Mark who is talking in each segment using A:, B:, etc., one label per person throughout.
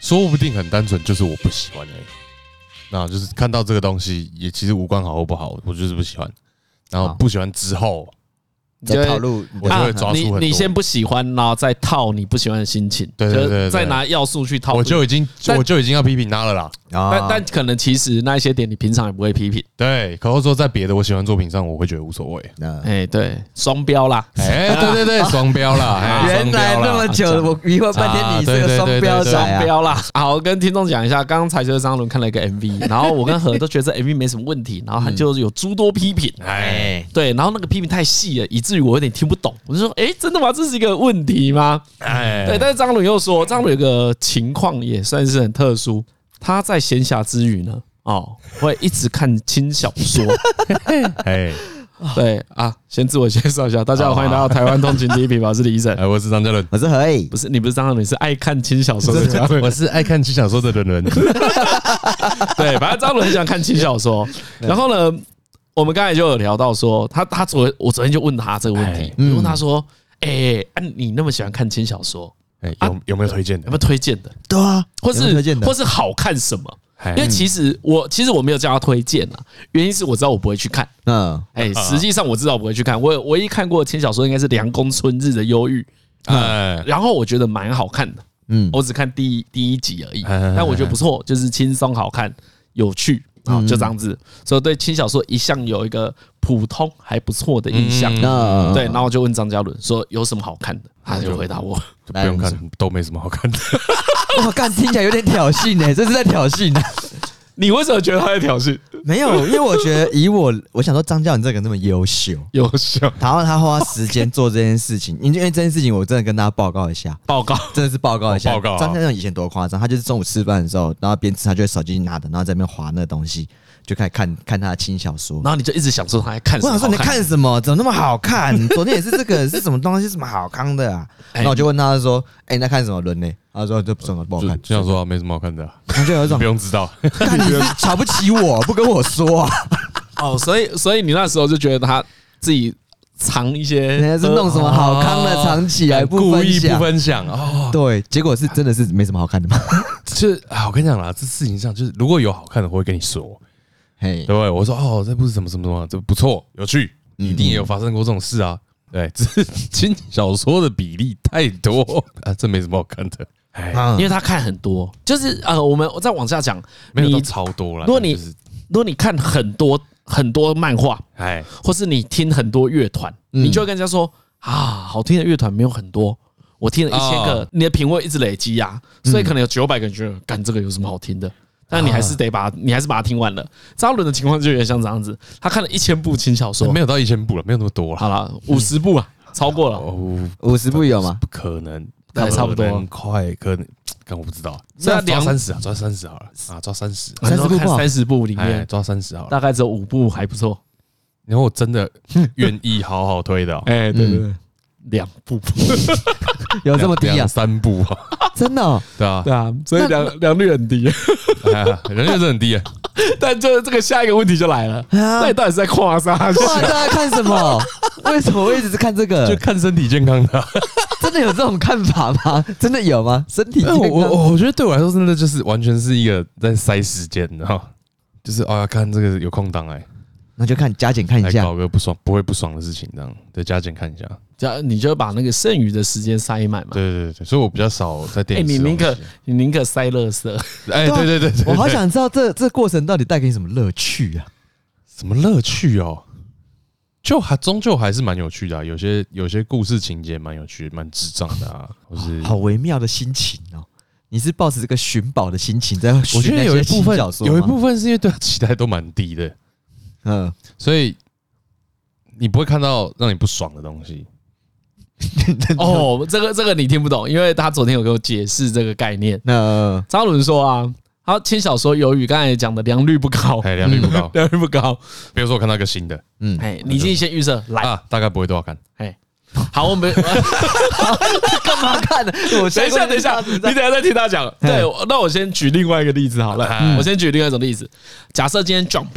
A: 说不定很单纯，就是我不喜欢而已。那就是看到这个东西，也其实无关好或不好，我就是不喜欢。然后
B: 好
A: 不喜欢之后，
B: 你就
C: 再
B: 会
C: 套路你
A: 我
C: 的
A: 就会抓出很
B: 啊你
A: 多
B: 你先不喜欢，然后再套你不喜欢的心情，
A: 对对
B: 就是
A: 对对
B: 再拿要素去套。
A: 我就已经
B: 但
A: 我就已经要批评他了啦。
B: 但
C: 啊
B: 但可能其实那一些点你平常也不会批评，
A: 对，可是说在别的我喜欢作品上，我会觉得无所谓。
C: 那
B: 哎，对，双标啦，
A: 嗯哎，对对 对，双标啦，哎
C: 原来那么久，我疑惑半天，你是个双标仔
B: 双
C: 啊！
B: 标啦。好，我跟听众讲一下，刚才就是张伦看了一个 MV，然后我跟何都觉得这 MV 没什么问题，然后他就有诸多批评，
A: 哎，
B: 对，然后那个批评太细了，以至于我有点听不懂。我就说，哎，真的吗？这是一个问题吗？
A: 哎，
B: 对，但是张伦又说，张伦有个情况也算是很特殊，他在闲暇之余呢，哦，会一直看轻小 说。
A: 哎，
B: 对啊，先自我介绍一下，大家好，欢迎来到台湾通勤第一品牌，我是李医生。
A: 哎，我是张嘉伦，
C: 我是何以
B: 不，是你不是张伦，你是爱看轻小说的张 伦。
A: 我是爱看轻小说的 人，
B: 对，反正张伦很喜欢看轻 小说。然后呢，我们刚才就有聊到说，他他昨我昨天就问他这个问题
A: 哎，
B: 我问他说，哎，啊你那么喜欢看轻小说，
A: 哎，
C: 啊
A: 有有没有推荐
B: 有
A: 的
B: 没有？推荐的，
C: 对啊，
B: 或
C: 有没有
B: 是
C: 推荐的
B: 或是好看什么？
A: 哎
B: 因为其实我其实我没有叫他推荐啊，原因是我知道我不会去看。
C: 嗯，
B: 哎，实际上我知道我不会去看。我我唯一看过的轻小说应该是《凉宫春日的忧郁》，
A: 哎，
B: 然后我觉得蛮好看的。
C: 嗯
B: 嗯，我只看第一第一集而已，
A: 哎哎哎
B: 但我觉得不错，就是轻松好看、有趣啊，
C: 嗯
B: 就这样子。所以我对轻小说一向有一个普通还不错的印象。
A: 嗯
C: 那
B: 对，然后我就问张嘉伦说有什么好看的，他就回答我，
A: 不用看，都没什么好看的。
C: 我干，听起来有点挑衅呢，这是在挑衅啊！
B: 你为什么觉得他在挑 衅？
C: 没有，因为我觉得以我，我想说张教你这个人那么优秀，
B: 优秀
C: 然后他花时间做这件事情， 因为这件事情我真的跟大家报告一下，
B: 报告，
C: 真的是报告一下。
A: 哦报告啊
C: 张先生以前多夸张，他就是中午吃饭的时候，然后边吃他就会手机拿着，然后在那边划那个东西，就开始看看他的轻小说。
B: 然后你就一直想说他在看什
C: 我
B: 么
C: 想
B: 好
C: 说
B: 看
C: 你
B: 的？
C: 在看什么？怎么那么好看？ 昨天也是这个，是什么东西？什么好看的啊？
B: 哎
C: 然后我就问他说：“哎，你在看什么轮呢？”他说：“这什么不好
A: 就
C: 看。”
A: 就想说没什么好看的 啊，
C: 他就有一 种
A: 不用知 道。
C: “看你是瞧不起我，不跟我说 啊
B: 哦，所以所以你那时候就觉得他自己藏一些，哦
C: 人家是弄什么好看的藏起来不
A: 故
C: 分
A: 意不
C: 享。
A: 分享哦”，
C: 对，结果是真的是没什么好看的 嘛。
A: 就是啊，我跟你讲啦，这事情上就是如果有好看的，我会跟你说，
C: 嘿
A: 对，不对？我说哦，这部是什么什么什么，这不错，有趣，
B: 嗯
A: 一定也有发生过这种事啊。对， 只是轻小说的比例太多 啊，这没什么好看的。哎，
C: 啊
B: 因为他看很多，就是呃，我们我再往下讲，
A: 没有到
B: 你
A: 超多了。
B: 如果你
A: 就是
B: 如果你看很多很多漫画，
A: 哎，
B: 或是你听很多乐团，
C: 嗯
B: 你就会跟人家说啊，好听的乐团没有很多，我听了一千个
A: 哦，
B: 你的品味一直累积呀，
C: 嗯
B: 所以可能有九百个人觉得，干这个有什么好听的？但你还
C: 啊
B: 是得把，你还是把它听完了。张嘉伦的情况就有点像这样子，他看了一千部轻小说
A: 没，有到一千部了，没有那么多了。
B: 好了，五十部啊，超过了。
A: 哦，
C: 五十部有吗？
A: 不可能，
B: 大概差不多
A: 可能快，可能，但我不知道。
B: 所以
A: 那
B: 他
A: 抓
B: 两
A: 三十啊，抓三十好了啊，抓三十。
C: 30部不好
B: 三十部里
A: 哎，
B: 面，
A: 抓三十好了。
B: 大概只有五部还不错。，
A: 然后我真的愿意好好推的哦
B: 哎，
C: 对对对，
B: 两部，
C: 有这么低
A: 两
C: 啊？
A: 三部啊，
C: 真 的哦？
A: 对啊，
B: 对啊，所以良良率很低。
A: 哎呀人家是很低啊。
B: 但这这个下一个问题就来了，
C: 啊
B: 那你到底是在夸啥？
C: 哇，大家看什么？为什么我一直是看 这
A: 就
C: 个？
A: 看身体健康的 啊、
C: 真的有这种看法吗？真的有吗？身体健
A: 但哎我我
C: 康？
A: 我我觉得对我来说，真的就是完全是一个在塞时间的哈，就是哦，看这个有空档哎，
C: 那就看加减看一
A: 来
C: 下。
A: 搞个不爽不会不爽的事情，这样对加减看一下。
B: 这 样你就把那个剩余的时间塞满嘛。
A: 对对对对，所以我比较少在
B: 哎、
A: 电影。
B: 你宁可你宁可塞垃圾，
A: 哎，对对 对对，
C: 我好
A: 对
C: 想知道这这过程到底带给你什么乐趣啊？
A: 什么乐趣哦，就还终究还是蛮有趣的、啊，有些有些故事情节蛮有趣，蛮智障的啊，或是
C: 好微妙的心情哦！你是抱着这个寻宝的心情在
A: 我
C: 我
A: 觉得有一部分
C: 小说吗
A: 有一部分是因为对他期待都蛮低的，
C: 嗯，
A: 所以你不会看到让你不爽的东西。
B: 哦，这个这个你听不懂，因为他昨天有给我解释这个概念。
C: 那
B: 张伦说啊，他轻小说由于刚才讲的良率不高，
A: 哎，良率不 高。
B: 良率哦不高，
A: 比如说我看到一个新的
C: 嗯，
B: 哎、你已经先预设来，
A: 啊，大概不会多好看。
B: 哎、好，我们
C: 干嘛看 呢？我
B: 等一下，等一下，你等一下再听他讲。对
C: 嗯，
B: 我那我先举另外一个例子好了，
A: 嗯
B: 我先举另外一种例子。假设今天 Jump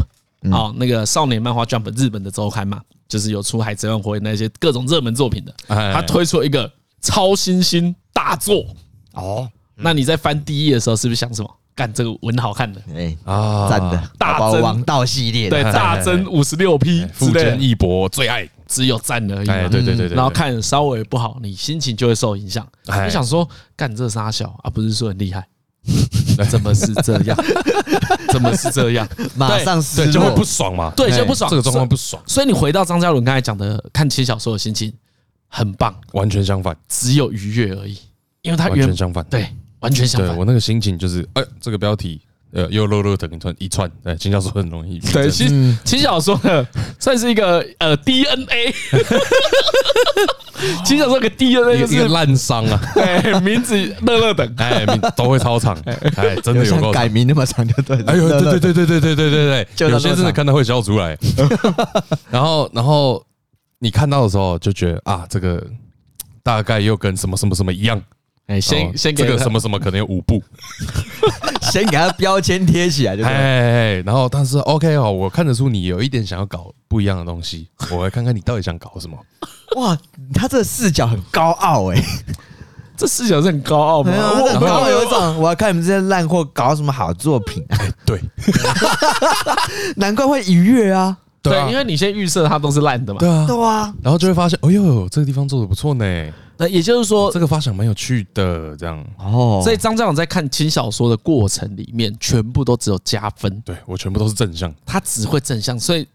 B: 哦，那个少年漫画 Jump 日本的周刊嘛，就是有出《海贼王》《火影》那些各种热门作品的，
A: 哎嗯
B: 他推出一个超新星大作
C: 哦，
B: 那你在翻第一页的时候，是不是想什么？干这个文好看的，
C: 哎，
A: 啊
C: 赞的，
B: 大
C: 宝宝
B: 增
C: 王道系列
B: 对，
C: 的，
B: 大增五十六批
A: 哎
B: 之
A: 富
B: 类
A: 坚
B: 的，
A: 义博最爱，
B: 只有赞而已嘛。
A: 哎，对对对对，
B: 嗯然后
A: 对，
B: 看稍微不好，你心情就会受影响。
A: 哎
B: 你想说干这傻小啊，不是说很 厉害，怎么是这样？怎么是这样？
C: 马上
A: 对
C: 失
A: 就会
C: 落
A: 不，爽嘛，
B: 对，
C: 哎
B: 就不爽。
A: 这个状况不爽，
B: 所以你回到张嘉伦刚才讲的看轻小说的心情，很棒，
A: 完全相反，
B: 只有愉悦而已，因为他
A: 完
B: 原
A: 全相反，
B: 对完全相
A: 对
B: 反。
A: 我那个心情就是，哎，这个标题，呃，又肉肉等一串一串，哎，金教授很容易，
B: 对，其实轻小说呢，算是一个呃 DNA。轻小说个 DNA 就
A: 一个
B: 是
A: 烂伤啊，
B: 对名字乐乐等，
A: 哎，你都会超 长，哎，真的有
C: 像
A: 够
C: 改
A: 长。
C: 名那么长就对了。
A: 哎呦，对
C: 乐
A: 对
C: 乐
A: 对对对对对对对，
C: 就到
A: 有些真
C: 多
A: 的
C: 长
A: 看到会笑出 来。然后，然后你看到的时候就觉得啊，这个大概又跟什么什么什么一样。
B: 哎，
A: 哦
B: 先先给
A: 这个
B: 他
A: 什么什么可能有五步，
C: 先给他标签贴起来就
A: 哎
C: 对了。
A: 哎，哎然后但是 OK 哦，我看得出你有一点想要搞不一样的东西，我来看看你到底想搞什么。
C: 哇，他这个视角很高傲 哎，
B: 这视角是很高傲吗？
A: 哎
C: 对啊
B: 我
C: 这
B: 我没
C: 很高傲有一
B: 有，
C: 种我要看你们这些烂货搞什么好作品 啊，
A: 对
C: 难怪会愉悦啊。
A: 对啊
B: 对，因为你先预设它都是烂的嘛。
A: 对啊，
C: 对啊，
A: 然后就会发现，哎呦，这个地方做的不错呢，
B: 那也就是说，
A: 哦这个发想蛮有趣的，这样。
C: 哦，
B: 所以张家长在看轻小说的过程里面，全部都只有加分，
A: 对我全部都是正向，
B: 他只会正 向，所以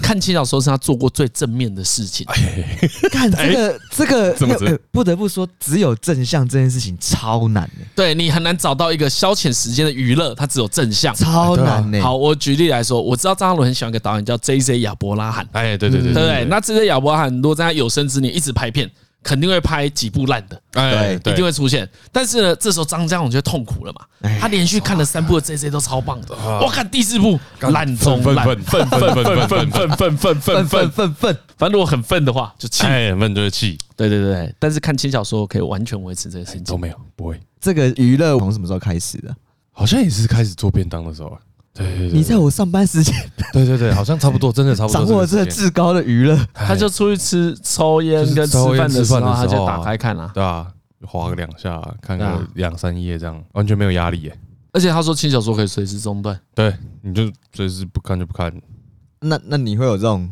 B: 看轻小说是他做过最正面的事情。
A: 哎
C: 看这个这个
A: 怎么
C: 要，
A: 这
C: 呃不得不说，只有正向这件事情超难的，
B: 对你很难找到一个消遣时间的娱乐，它只有正向。
C: 超难的。
B: 好，，我举例来说，我知道张嘉伦很喜欢一个导演叫 J.J. 亚伯拉罕，
A: 哎，对对对
B: 对不对？那 J.J. 亚伯拉罕如果在他有生之年一直拍片，肯定会拍几部烂的，
A: 哎，
C: 对
B: 一定会出现。但是呢，这时候张家勇就痛苦了嘛，他连续看了三部的 J J 都超棒的，我看第四部烂中
A: 愤
B: 烂，
A: 愤愤
B: 愤
A: 愤
B: 愤
A: 愤
B: 愤愤
A: 愤
C: 愤
B: 愤愤愤愤愤
C: 愤，愤愤，
B: 反正如果很愤的话就气。
A: 哎，闷就是气
B: 对对对对，但是看轻小说可以完全维持这个心
A: 都
B: 情。
A: 没有，不会，
C: 这个娱乐从什么时候开始的？
A: 好像也是开始做便当的时候啊。对对对，
C: 你在我上班时间
A: 对对对，好像差不多，真的差不多
C: 掌
A: 个时间。
C: 握这至高的娱乐，
B: 他就出去吃抽烟
A: 就是
B: 跟吃
A: 抽
B: 饭
A: 烟
B: 的时
A: 吃
B: 候，
A: 饭的时候
B: 他
A: 啊
B: 就打开看啊。
A: 对啊，划个两下，看个
B: 对啊
A: 两三页这样，完全没有压力耶。
B: 而且他说轻小说可以随时中断，
A: 对，你就随时不看就不看，
C: 那那你会有这种？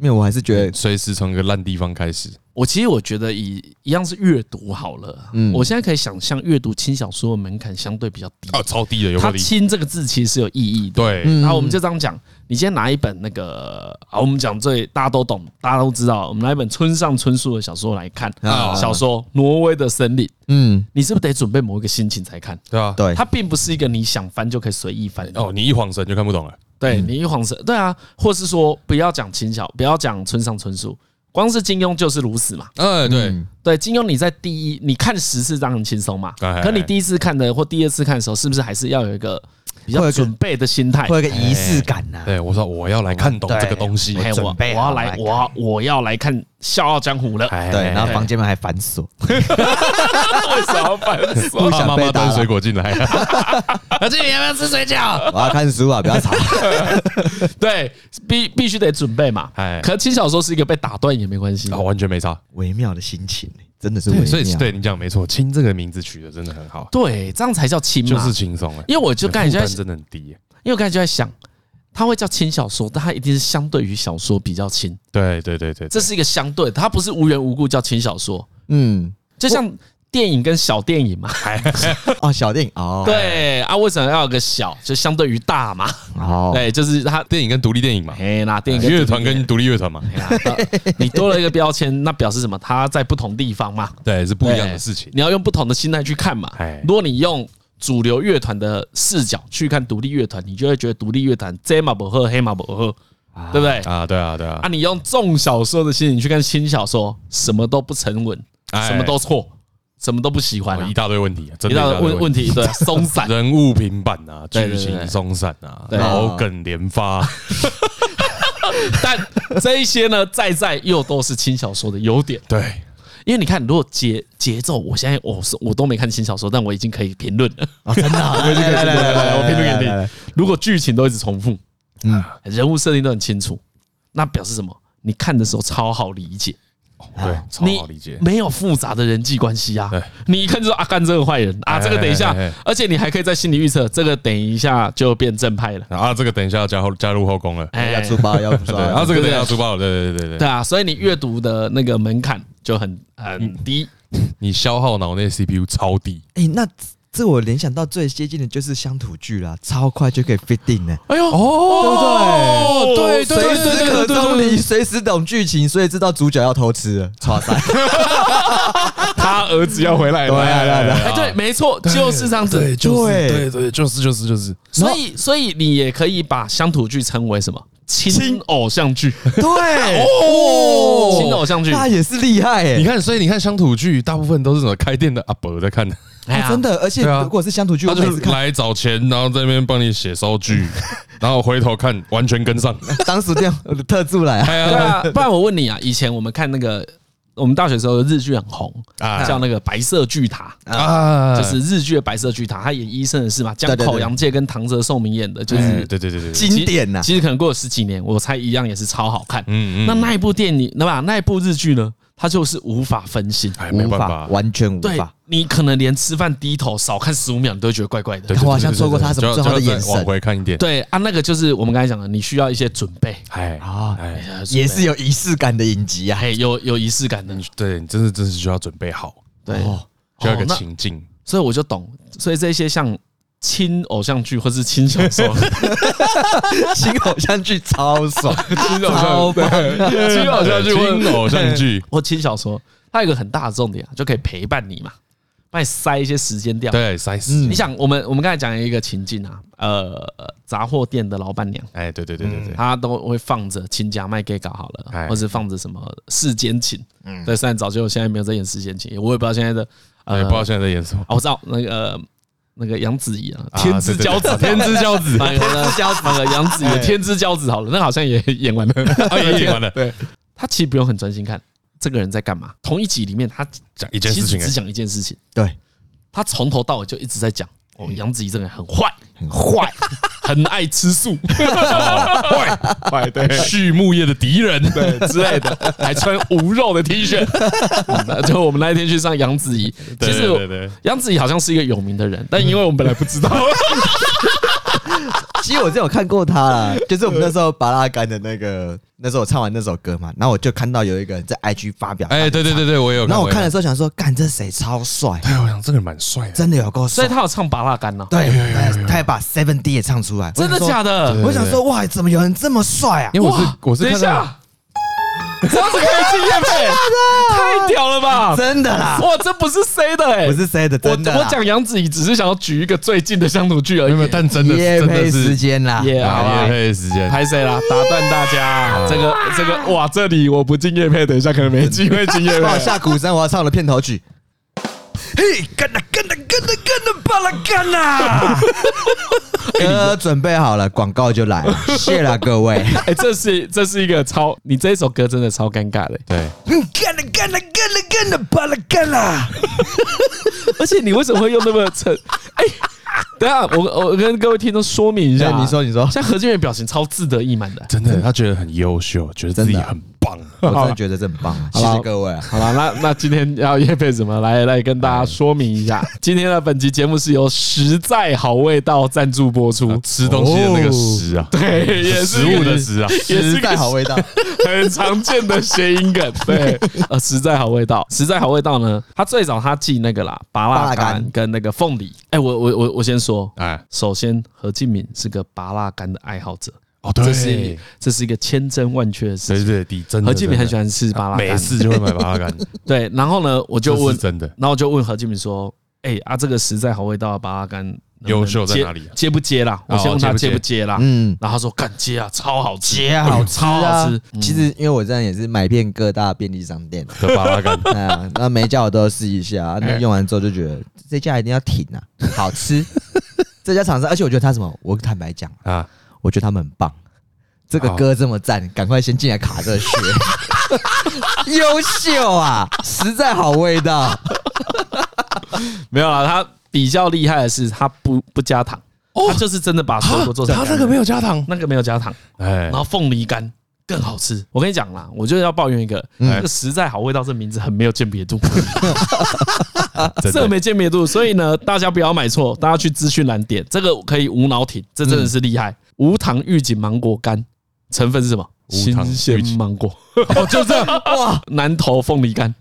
C: 因为我还是觉得，
A: 随时从一个烂地方开始。
B: 我其实我觉得以一样是阅读好了，
C: 嗯
B: 我现在可以想象阅读轻小说的门槛相对比较低，
A: 哦，超低的，有
B: 它
A: 够低。
B: 轻这个字其实是有意义的。
A: 对，
C: 嗯
B: 然后我们就这样讲，你今天拿一本那个啊，我们讲最大家都懂，大家都知道，我们拿一本村上春树的小说来看，
C: 啊
B: 小说《挪威的森林》，
C: 嗯，
B: 你是不是得准备某一个心情才看？
A: 对啊，
C: 对
B: 它，并不是一个你想翻就可以随意翻的。
A: 哦，你一晃神就看不懂了。
B: 对
C: 嗯
B: 你一晃神，对啊，或是说不要讲轻巧，不要讲村上春树，光是金庸就是如此嘛。
A: 哎，对，
C: 嗯
B: 对，金庸你在第一你看十次当然很轻松嘛，
A: 哎
B: 可你第一次看的或第二次看的时候，是不是还是要有一个比较
C: 会有一个
B: 准备的心态？
C: 会有一个仪式感呐。
A: 哎对我说我要来看懂这个东西。
B: 哎，我
C: 准
B: 我
C: 备好
B: 要来
C: 来，
B: 我要我要来看《笑傲江湖》了。
A: 哎
C: 对，然后
A: 哎
C: 房间门还反锁，
B: 为什么反
C: 不
B: 锁？
A: 怕
C: 想
A: 哎妈
C: 被
A: 妈
C: 打
A: 端
C: 扰
A: 水果进来，
B: 我啊这里要不要吃水饺？
C: 我要看书啊，不要吵。
B: 对，必必须得准备嘛。
A: 哎
B: 可轻小说是一个被打断也没关系
A: 啊，。完全没差。
C: 微妙的心情，真的是微
A: 对，
C: 妙。
A: 所以对你讲没错，轻这个名字取的真的很好，
B: 对，这样才叫轻
A: 就
B: 嘛
A: 是。轻松哎。
B: 因为我就刚才
A: 负
B: 就在
A: 担
B: 想，
A: 真的很低耶。
B: 因为我刚才就在想，它会叫轻小说，但它一定是相对于小说比较轻，
A: 对对对对，
B: 这是一个相对，它不是无缘无故叫轻小说，
C: 嗯，
B: 就像。电影跟小电影嘛，哎
C: 哦，小电影哦，，
B: 对啊，为什么要有个小？就相对于大嘛，
C: 哦，
B: 对，就是它，
A: 电影跟独立电影嘛，
B: 哎，那电影
A: 乐团
B: 电影
A: 跟独立乐团嘛，
B: 哎呀到你多了一个标签，那表示什么？它在不同地方嘛，哎
A: 对，是不一样的事情。
B: 你要用不同的心态去看嘛
A: 哎。
B: 如果你用主流乐团的视角去看独立乐团，你就会觉得独立乐团这嘛不喝，黑嘛不喝，对不对？
A: 啊，对啊，对啊
B: 啊，，你用重小说的心情去看轻小说，什么都不沉稳，
A: 哎
B: 什么都错，什么都不喜欢
A: 哦
B: 啊
A: 一。大堆问题啊，真
B: 你
A: 的一大
B: 知道
A: 堆
B: 问问
A: 题，
B: 题对松 散，
A: 人物平板啊，
B: 对对
A: 剧
B: 对对
A: 情松散啊，
B: 对
A: 老梗连发，
B: 但这一些呢，在在又都是轻小说的优点。
A: 对，
B: 因为你看，如果节节奏，我现在我是我都没看轻小说，但我已经可以评论了。
C: 哦，真的啊，来来来来
B: 来，我评论给你
C: 来来
B: 听。如果剧情都一直重复，
C: 嗯
B: 嗯，人物设定都很清楚，那表示什么？你看的时候超好理解，
A: 对，超
B: 你
A: 好理解。
B: 没有复杂的人际关系啊
A: 对。
B: 你一看就说啊，干这个坏人啊，这个等一下
A: 哎哎哎哎，
B: 而且你还可以在心里预测，这个等一下就变正派了。
A: 啊，这个等一下加后加入后宫了，
B: 哎
C: 要出包要啊出
A: 对，
C: 包，
A: 然后这个等一下出爆了，对对对对
B: 对
A: 对，
B: 啊，所以你阅读的那个门槛就很很低。
A: 你消耗脑内 CPU 超低，
C: 哎，那这我联想到最接近的就是乡土剧啦，超快就可以 fit in 呢。
B: 哎呦，
A: 哦
B: 对
A: 对
B: 不
A: 对
C: 随
B: 对
C: 时可钟离，随时懂剧情，所以知道主角要偷 吃了。哇塞，
B: 他儿子要回来
C: 对啊
B: 了。
C: 对啊对啊
B: 哎，对，没错，就是这样子。
A: 就是
C: 对
A: 对对，就是就是就是，
B: 所以，所以你也可以把乡土剧称为什么？亲偶像剧，
C: 对，
B: 哦，亲偶像剧，
C: 那也是厉害
A: 你
C: 哎。
A: 看，所以你看乡土剧，大部分都是什么开店的阿伯在 看的，
B: 哎呀
C: 哦真，的，而且
A: 对啊
C: 如果是乡土剧，
A: 他
C: 我每
A: 就
C: 次
A: 是
C: 看，
A: 来找钱，然后在那边帮你写收 据，然后回头看完全跟上。
C: 当时这样特助来啊，
A: 哎
B: 对
A: 呀，
B: 啊。不然我问你啊，以前我们看那个，我们大学时候的日剧很红，
A: 啊
B: 叫那个《白色巨塔》。
A: 啊
B: 就是日剧的白色巨塔，他演医生的事嘛，江
C: 对对对
B: 口洋介跟唐泽寿明演的，就
A: 哎
C: 嗯
B: 是
A: 对对对对对，
C: 经典啊呐。
B: 其实可能过了十几年，我猜一样也是超好看。
A: 嗯嗯，
B: 那那一部电影，那吧那一部日剧呢，它就是无法分心，
A: 哎没
C: 无
A: 办
C: 法，
A: 法，
C: 完全无
B: 对
C: 法。
B: 你可能连吃饭低头少看十五秒，你都会觉得怪怪的
A: 对。对对
C: 我好像错过他什么
A: 就
C: 最好的
A: 就
C: 眼神
A: 往回看一点，
B: 对啊，那个就是我们刚才讲的，你需要一些准备，
A: 哎
C: 啊
A: 哎，
C: 也是有仪式感的 影集啊。
B: 哎，有有仪式感的。
A: 对，你真的真是需要准备好，
B: 对，
C: 哦
A: 需要有
B: 哦
A: 个
B: 那
A: 情境。
B: 所以我就懂，所以这些像亲偶像剧或是亲小说，
C: 新偶像剧超 爽，
A: 亲
C: 哦超棒，
A: 亲偶像剧，亲偶像剧，
B: 或轻小说，它有一个很大的重点啊，就可以陪伴你嘛，帮你塞一些时间掉。
A: 对，塞死
C: 嗯
B: 你。想，我们我们刚才讲一个情境啊，呃，杂货店的老板娘，
A: 哎，对对对对
C: 嗯
A: 对，
B: 她都会放着《亲家卖给搞好了
A: 哎，嗯
B: 或是放着什么《世间情》。对，虽然早就现在没有在演《世间情》，我也不知道现在的
A: 哎，
B: 呃
A: 不，知道现在在演什 么。
B: 啊我知道那个呃那个杨紫怡啊，
A: 啊
B: 天之骄子，
A: 对对对天之骄子 哎
B: 那个那个那个杨紫怡的天之骄子好了，那个好像也演完了，
A: 啊，也演完了，
B: 他其实不用很专心看这个人在干嘛。同一集里面，他
A: 讲一件事
B: 其
A: 情哎而
B: 实只
A: 已，
B: 讲一件事情，
C: 对，
B: 他从头到尾就一直在讲哦，
A: 嗯
B: 杨子怡这个人很坏，
C: 很坏，
B: 很爱吃素
A: 坏坏 对，畜牧业的敌人，对，
B: 之类的， 还穿无肉的 T 恤。 嗯就我们那一天去上杨子怡，其
A: 对对
B: 实
A: 对，
B: 杨子怡好像是一个有名的人，但因为我们本来不知
A: 嗯
B: 道，
C: 其实我真有看过他啦，就是我们那时候拔拉干的那个，那时候我唱完那首歌嘛，然后我就看到有一个人在 IG 发表，
A: 哎，对对对对，我也有。
C: 然后我看
A: 了，
C: 的时候想
B: 哎
C: 说，干这谁超帅，
A: 哎，我想这个人蛮帅的，
C: 真的有够
B: 所
C: 帅
B: 以，他有哎唱《拔蜡干》 呢。
C: 对，他还把 Seven D 也唱出来，
B: 真的假
C: 的？
B: 的？
C: 我想说，哇，怎么有人这么帅啊？
A: 因为我是
B: 哇
A: 我是
B: 等一
A: 看到
B: 下，这样子可以进 夜配，太屌了吧！
C: 真的啦，
B: 哇，这不是 C 的哎，
C: 不是 Seven 的，
B: 我
C: 真的啦，
B: 我讲杨子怡只是想要举一个最近的乡土剧而
A: 没有没有，
B: 已。
A: 但真的
C: 夜
A: 真
C: 配
A: 的
C: 时
A: 是
C: 间啦，
B: 夜好
A: 啊，
B: 吧
A: 夜，配时间，
B: 拍 谁啦？打断大
A: 啊
B: 家，这个这个哇，这里我不进夜配，等一下可能没机会进 夜
C: 帮我
B: 配。
C: 下鼓声，我要唱我的片头曲。
D: 嘿，干呐干呐干呐干呐巴拉干 呐！
C: 歌哎准备好了，广告就 来了，谢啦各位。
B: 哎，这是这是一个超，你这一首歌真的超尴尬的，
A: 对，
D: 嗯干呐干呐干呐干呐巴拉干呐！
B: 而且你为什么会用那么沉？ 哎，等一下我我跟各位听众说明一下啊，
C: 哎你说你说
B: 像何俊远表情超自得意满 的。
A: 真的，他觉得很优秀，觉得自己
C: 真的
A: 很棒。
C: 我真的觉得这很棒啊，谢谢各位啊。
B: 好了，那那今天要夜配什么？来来跟大家说明一下，
C: 哎
B: 今天的本期节目是由实在好味道赞助播
C: 啊
B: 出。
A: 吃东西的那个食啊，
B: 对，也是
A: 食
B: 一个
A: 物的食啊，
B: 也是
C: 实
B: 一个
C: 在好味 道，
B: 很常见的谐音梗， 对，呃，实在好味道，实在好味道呢，它最早它记那个啦，拔蜡
C: 拔蜡
B: 干
C: 干
B: 跟那个凤梨。哎，我我我我先说，
A: 哎，
B: 首先何敬敏是个拔蜡干的爱好者，
A: 哦，对，
B: 这
A: 对
B: 是这是一个千真万确的事
A: 对
B: 情。
A: 对，你真的
B: 何敬敏很喜
A: 欢
B: 欢吃拔蜡
A: 每
B: 干，
A: 次就会买巴拉干，
B: 对，然后呢，我 就
A: 这
B: 问
A: 是，真的，
B: 然后我就问何敬敏说：“哎啊，这个实在好味道的拔蜡干，
A: 优秀在
B: 接
A: 哪里啊
B: 接不接啦？我先问他
A: 哦接不
B: 接
A: 接
B: 不接啦。
C: 嗯，
B: 然后他说：“干接啊，超好吃，
C: 姐 好吃
B: 超好
C: 啊
B: 吃。”
C: 其实因为我这样也是买遍各大便利商店，
A: 的巴拉干，
C: 哎呀，那每一家我都要试一
B: 哎
C: 下，那用完之后就觉得这家一定要挺啊，好 吃。这家厂商，而且我觉得他什么，我坦白讲，
A: 啊，
C: 我觉得他们很棒。这个歌这么
B: 哦
C: 赞，赶快先进来卡 这学。优秀啊，实在好味道。
B: 没有啦，他比较厉害的是他不不加糖，他就是真的把水果做成
A: 哦啊他那个没有加糖，
B: 那个没有加糖，
A: 哎
B: 然，后凤梨干更好吃。我跟你讲啦，我就要抱怨一个，
A: 嗯
B: 这个实在好味道这名字很没有鉴别度，
A: 真
B: 这个
A: 的
B: 没鉴别度，所以呢，大家不要买错，大家去资讯栏点，这个可以无脑挺，这真的是厉害。无糖预警芒果干成分是什么？
A: 无
B: 新
A: 糖
B: 鲜
A: 预警
B: 芒果，哦，就这样哇！南投凤梨干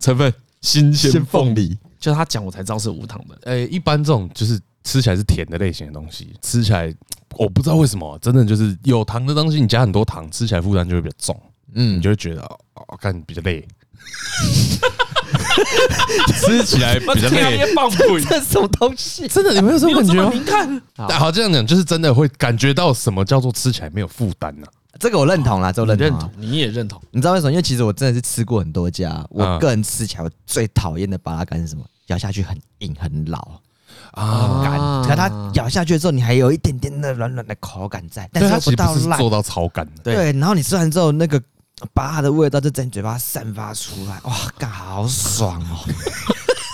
B: 成分新鲜凤梨，
C: 梨，
B: 就他讲我才知道是无糖的。
A: 呃，一般这种就是吃起来是甜的类型的东西，吃起来我不知道为什么，真的就是有糖的东西，你加很多糖，吃起来负担就会比较重，
C: 嗯
A: 你，就会觉得哦，看比较累， 吃起来比较累。
B: 棒 鬼，
C: 这什么东西？
A: 真的，你没有这
B: 你
A: 种
B: 有
A: 感
B: 这
A: 觉
B: 么
A: 吗？
B: 敏感？
A: 啊好，这样讲就是真的会感觉到什么叫做吃起来没有负担啊呢？
C: 这个我认同啦，这我
B: 你
C: 认
B: 认
C: 同
B: 同
C: 啊。，
B: 你也认同。
C: 你知道为什么？因为其实我真的是吃过很多家，我
A: 嗯
C: 个人吃起来我最讨厌的巴拉干是什么？咬下去很硬很老，
A: 啊，
C: 干，可它咬下去的时候，你还有一点点的软软的口感在，但
A: 对
C: 是
A: 它
C: 又
A: 其实
C: 到
A: 不是
C: 烂
A: 做。到超干的，
B: 对
C: 对，然后你吃完之后，那个巴拉的味道就在你嘴巴散发出来，哇，干好爽哦！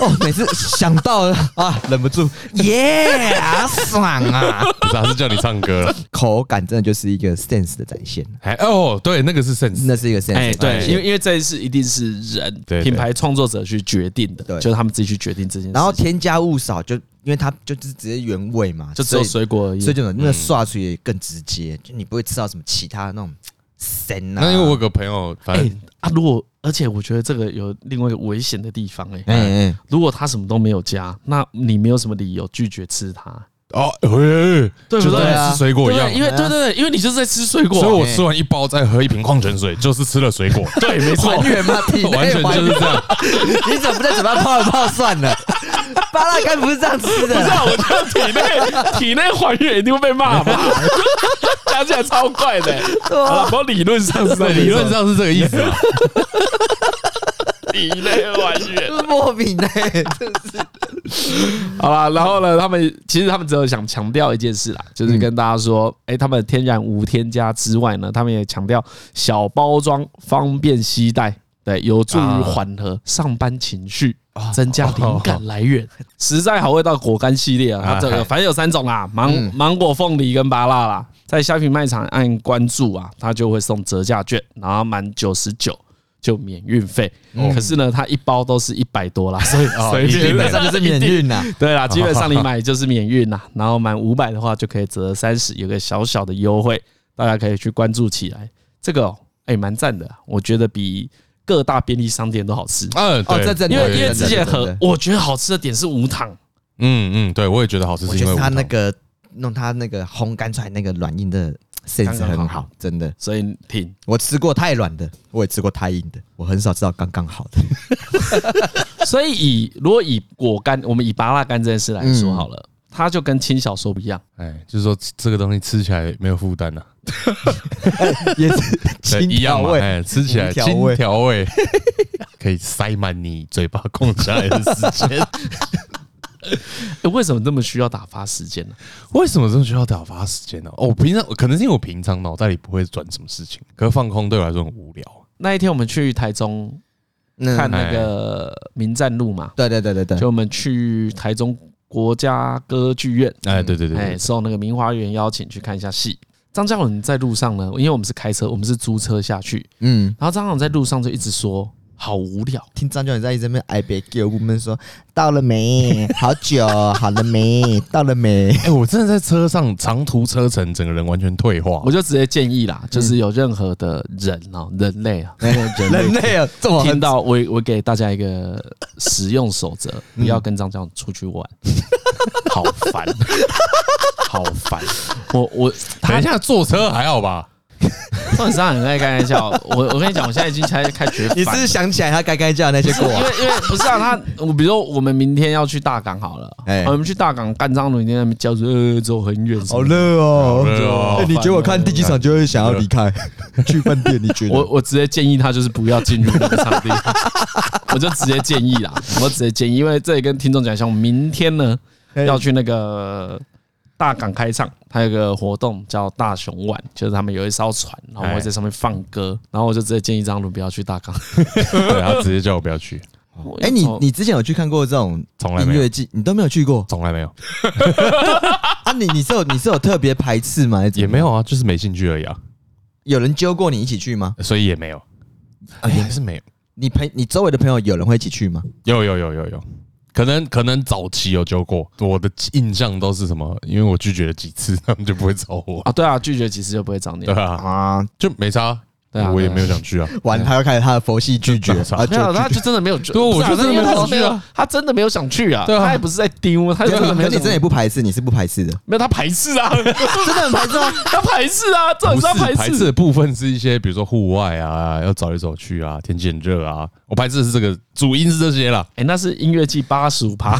C: 哦，每次想到啊，忍不 住，耶，好爽 啊！
A: 不是，它是叫你唱歌了。
C: 口感真的就是一个 sense 的展现，
A: 还哦，对，那个是 sense，
C: 那是一个 sense。
B: 哎，对，因
C: 为
B: 为因为这一次一定是人
A: 对对
B: 品牌创作者去决定的，
C: 对
B: 就是他们自己去决定这件事。
C: 然后添加物少，就因为它就是直接原味嘛，
B: 就只有
C: 所以
B: 水果而已啊
C: 所以。就
A: 嗯
C: 那个刷出也更直接，就你不会吃到什么其他的那种神啊。
A: 那因为我有个朋友，反
B: 哎
A: 正
B: 啊，如果而且我觉得这个有另外一个危险的地方，哎，
C: 哎 哎，
B: 如果他什么都没有加，那你没有什么理由拒绝吃它，
A: 哦，喂
B: 对不
A: 就
B: 对？啊
A: 跟吃水果一样啊
B: 对，因为对对对，因为你就是在吃水果，
A: 所以我吃完一包再喝一瓶矿泉水，就是吃了水 果，
B: 对，没错，
C: 还原嘛，体内
A: 完全
C: 还
A: 就是
C: 原
A: 这样。
C: 你怎么不在嘴巴泡一泡算了？巴拉干不是这样吃
B: 不是、
C: 的，
B: 啊，我觉得体内体内还原一定会被骂吧？ 讲起来超怪的、欸，好了，不过理论上是这
A: 对，
B: 样
A: 理论上是这个意思啊。
B: 体内还原。
C: 莫名的。
A: 哦
B: 好啦，然后呢，他们其实他们只有想强调一件事啦，就是跟大家说，哎，他们天然无添加之外呢，他们也强调小包装方便携带。对，有助于
A: 啊
B: 缓和上班情绪，增加灵感来源。哦 实在好味道果干系列啊，它
A: 啊
B: 这个
A: 嗨
B: 反正有三种啦，芒
C: 嗯
B: 芒果、凤梨跟芭乐啦，在虾皮卖场按关注啊，它就会送折价券，然后满九十九就免运费。可是呢，它一包都是一百多 啦，所以
A: 哦
B: 所以
A: 一定的
C: 基本上就是免运啊呐。
B: 对啦，基本上你买就是免运啦，然后满五百的话就可以折三十，有个小小的优惠，大家可以去关注起来。这个哦哎蛮赞的，我觉得比各大便利商店都好吃，
A: 嗯，
C: 哦
A: 对，
C: 这真的
B: 因为因
C: 真
B: 为
C: 的
B: 之前
C: 真的
B: 和我觉得好吃的点是无糖，
A: 嗯嗯，对我也觉得好吃，
C: 我
A: 是
C: 觉
A: 因为
C: 得
A: 无
C: 它
A: 糖
C: 那个弄它那个烘干出来那个软硬的 sense
B: 刚刚
C: 很
B: 好
C: 好，真的。
B: 所以挺
C: 我吃过太软的，我也吃过太硬的，我很少吃到刚刚好的。
B: 所以以如果以果干，我们以芭乐干这件事来说
C: 嗯
B: 好了，它就跟轻小说不一样，
A: 哎，就是说这个东西吃起来没有负担呐，
C: 也是
A: 对
C: 轻
A: 一
C: 调
A: 样嘛，
C: 味，
A: 哎，吃起来
C: 轻调味
A: 轻调味， 可以塞满你嘴巴空下来的时 间。
B: 哎，为什么那么需要打发时间呢？
A: 为什么这么需要打发时间呢？哦，我平常可能是因为我平常脑袋里不会转什么事情，可是放空对我来说很无聊。
B: 那一天我们去台中
C: 嗯
B: 看那个民站路嘛，
C: 对对对对对，
B: 就我们去台中国家歌剧院，
A: 哎，对对对
B: 哎，
A: 对，
B: 受那个名花园邀请去看一下戏。张嘉伦在路上呢，因为我们是开车，我们是租车下去，
C: 嗯，
B: 然后张嘉伦在路上就一直说好无聊，
C: 听张教授在一直在那边挨别给我们说到了没？好 久，好了没？到了没？
A: 哎，我真的在车上长途车程，整个人完全退化
B: 我。就直接建议啦，就是有任何的人哦，人类啊，
C: 人类啊，这么
B: 听到我我给大家一个使用守则，不要跟张嘉伦出去玩，好烦，好烦， 我我
A: 等
B: 他
A: 一下坐车还好吧？
B: 张嘉伦很爱开玩笑，我我跟你讲，我现在已经开开绝版了，
C: 你是不是想起来他该该叫的那些过
B: 因
C: 往？
B: 为因为不是啊，他我比如说我们明天要去大港好了，
C: 哎
B: 我们去大港干张伦在那边叫说呃走很远 什
C: 好
B: 么的，
C: 热哦
A: 好
B: 啊
A: 热哦！
C: 哎你觉得我看第几场就会想要离 开去饭店？你觉
B: 我
C: 得？
B: 我直接建议他就是不要进入那个场地，我就直接建议啦，我直接建议，因为这里跟听众讲一下，我们明天呢
C: 哎
B: 要去那个大港开唱，它有个活动叫大熊湾，就是他们有一艘船，然
C: 哎
B: 后我会在上面放歌，然后我就直接建议张伦不要去大港。
A: 对他直接叫我不要去，
C: 哎，你你之前有去看过这种
A: 从来
C: 音
A: 没有
C: 乐，季，你都没有去过
A: 从来没有，
C: 啊？你你是有你是有特别排斥吗？还是怎么
A: 也
C: 样
A: 没有啊，就是没兴趣而已啊。
C: 有人揪过你一起去吗？
A: 所以也没有，
B: 啊
A: 哎，还是没有，
C: 你朋你周围的朋友有人会一起去吗？
A: 有有有有有，可能可能早期有揪过，我的印象都是什么？因为我拒绝了几次，他们就不会找我，
B: 啊，对啊，拒绝几次就不会找你
A: 对
B: 了。
A: 啊，
C: 啊，
A: 就没差，
B: 对啊
A: 我也
B: 对啊
A: 没有想去啊，
C: 完他又开始他的佛系拒绝
A: 对
C: 啊，
B: 没
C: 就
B: 有，他就真的没有去。
A: 对我
B: 不是啊
A: 就真的
B: 因为
A: 没有
B: 他
A: 去啊
B: 有，他真的没有想去啊。
A: 对啊
B: 他也不是在丢，他就真的
C: 可
B: 没有
C: 你真
B: 想。
C: 的也不排斥，你是不排斥的。
B: 没有，他排斥 啊，真的很排斥啊， 他排斥啊，这
A: 不
B: 种
A: 是
B: 是他
A: 排斥
B: 斥。
A: 的部分是一些，比如说户外啊，要走来走去啊，天气很热啊，我排斥的是这个，主因是这些啦，
B: 哎，那是音乐季八十 五趴，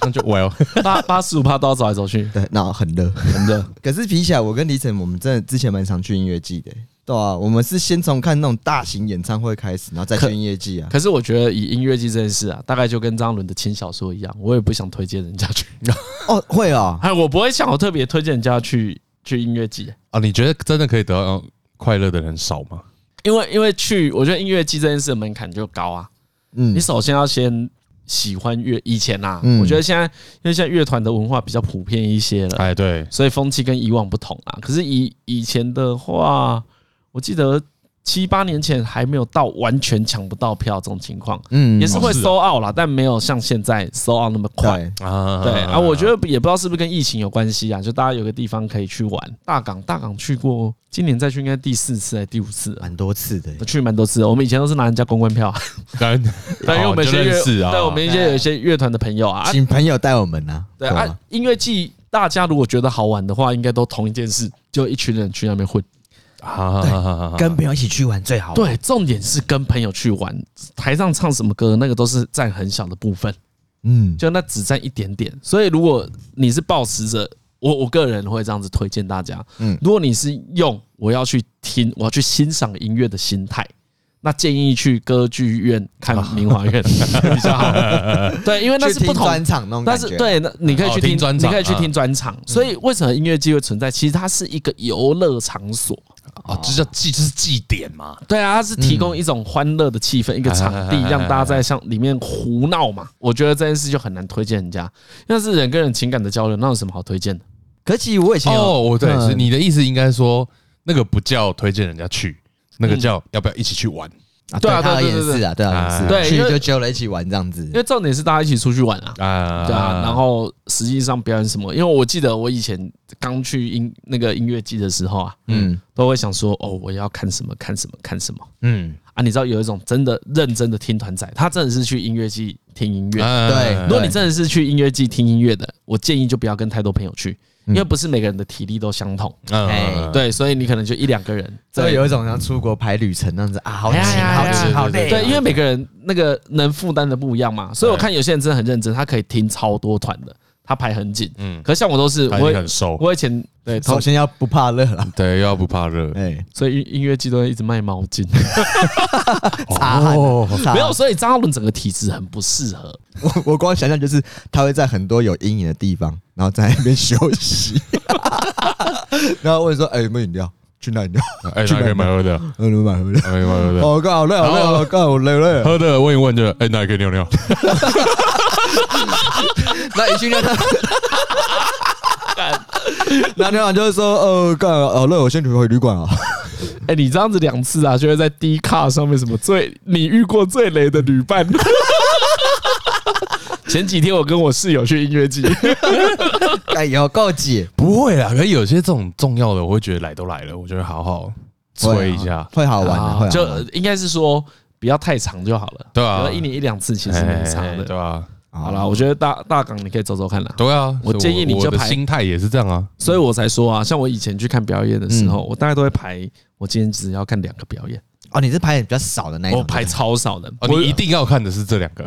A: 那就 well，
B: 八八十五趴都要走来走去，
C: 对，那很热，很热。 可是比起来，我跟李晨，我们真的之前蛮常去音乐季的、对啊，我们是先从看那种大型演唱会开始，然后再去音乐季啊。
B: 可是我觉得以音乐季这件事啊，大概就跟张伦的轻小说一样，我也不想推荐人家去。
C: 哦，会哦，
B: 哎，我不会想我特别推荐人家去去音乐季，
A: 啊，你觉得真的可以得到呃快乐的人少吗？
B: 因为因为去我觉得音乐季这件事的门槛就高啊。你
C: 嗯，
B: 首先要先喜欢乐，以前啊，
C: 嗯
B: 我觉得现在因为现在乐团的文化比较普遍一些了，
A: 哎，对，
B: 所以风气跟以往不同啊。可是以以前的话，我记得七八年前还没有到完全抢不到票这种情况，
C: 嗯
B: 也是会
A: 哦是啊
B: 收 out 啦，但没有像现在收 out 那么快。
C: 对，
A: 啊
B: 对啊，我觉 得也不知道是不是跟疫情有关系啊，就大家有个地方可以去玩。大港，大港去过，今年再去应该第四次还是第五次了。
C: 蛮多次的、欸。
B: 去蛮多次的，我们以前都是拿人家公关票，
A: 当 然，
B: 对，因为我们一
C: 哦
B: 些
A: 就认识
B: 乐，
A: 啊，
B: 对，我 们一些有一些乐团的朋友啊，啊
C: 请朋友带我们啊，
B: 对
C: 懂吗
B: 啊，，音乐季大家如果觉得好玩的话，应该都同一件事，就一群人去那边混。
A: 啊啊啊啊
C: 跟朋友一起去玩最好玩。
B: 对，重点是跟朋友去玩，台上唱什么歌，那个都是占很小的部分，
C: 嗯，
B: 就那只占一点点。所以如果你是抱持着我我个人会这样子推荐大家，
C: 嗯
B: 嗯，如果你是用我要去听，我要去欣赏音乐的心态。那建议去歌剧院看明 华院比较好，对，因为那
C: 啊去
B: 是不
C: 听
B: 同
C: 专场那种感
B: 但
C: 觉。嗯
B: 是，对，那你可以
A: 哦
B: 去
A: 听
B: 听
A: 专
B: 你可以去
A: 场
B: 听专场。嗯所以为什么音乐季会存在？其实它是一个游乐场所，
A: 啊，这叫祭，就是祭典嘛，
B: 对啊，它是提供一种欢乐的气氛，一个场地 让大家在像里面胡闹嘛。我觉得这件事就很难推荐人家，但是人跟人情感的交流，那有什么好推荐的？
C: 可其实我以前有
A: 哦，我对，
C: 嗯
A: 是你的意思应该说，那个不叫推荐人家去，
B: 嗯
A: 那个叫要不要一起去玩？
C: 啊
B: 对啊
C: 他有
B: 对
C: 演
B: 对对
C: 示啊，对啊，演示啊
B: 对
C: 去
B: 因为
C: 就揪了一起玩这样子
B: 因。为重点是大家一起出去玩啊。
A: 啊，
B: 对啊，然后实际上表演什么？因为我记得我以前刚去音那个音乐季的时候啊，
C: 嗯
B: 都会想说哦，我要看什么看什么看什么。
C: 嗯，
B: 啊，你知道有一种真的认真的听团仔，他真的是去音乐季听音乐。
A: 啊
C: 对
B: 如果你真的是去音乐季听音乐的，我建议就不要跟太多朋友去，因为不是每个人的体力都相同。
A: 嗯，
B: 哎对，所以你可能就一两个人。
C: 这
B: 对
C: 有一种像出国排旅程那样子啊，好紧
B: 哎呀
C: 好
B: 哎
C: 紧
B: 呀
C: 好累。
B: 对，因为每个人那个能负担的不一样嘛，所以我看有些人真的很认真，他可以听超多团的，他排很紧。
A: 嗯
B: 嗯，可像我都是
A: 他
B: 我
A: 已经
B: 会
A: 很熟，
B: 我以前对，
C: 首
B: 同
C: 先要不怕热了，
A: 对，要不怕热，
C: 哎，
B: 所以音音乐季都会一直卖毛巾，
C: 擦汗
A: 哦
C: 擦汗
B: 没有，所以张翰伦整个体质很不适合。
C: 我我光想象就是他会在很多有阴影的地方，然后在那边休 息，然后问说：“哎、有没有饮料？去拿饮料？
A: 哎，
C: 去
A: 哪可以
C: 哪
A: 买喝的？
C: 呃你们买回来。
A: 可以买喝”的。
C: 哦，刚好累，好累，
A: 然后
C: 我刚好累累。
A: 喝的问一问就，哎，哪里可以尿尿？
C: 那一训练他， 那那完就会说：“呃，干好累，我先回旅馆啊。
B: 哎、你这样子两次啊，就会在 D 卡上面什么最你遇过最雷的旅伴。 前几天我跟我室友去音乐季，”
C: 哎呦，够挤，
A: 不会啦，可是有些这种重要的，我会觉得来都来了，我觉得好
B: 啊
A: 好吹一下，
C: 会好玩的，啊会好玩
B: 就应该是说不要太长就好了，
A: 对啊
B: 可能一年一两次其实
A: 哎
B: 没差的。
A: 对吧？
B: 好啦，我觉得大大港你可以走走看啦。
A: 对啊，
B: 我建议你就
A: 我的
B: 排
A: 心态也是这样啊，
B: 所以我才说啊，像我以前去看表演的时
C: 嗯
B: 候，我大概都会排，我今天只要看两个表演，
C: 哦，你是排的比较少的那一种，
B: 我排超少的，
A: 哦，
B: 我
A: 你一定要看的是这两个，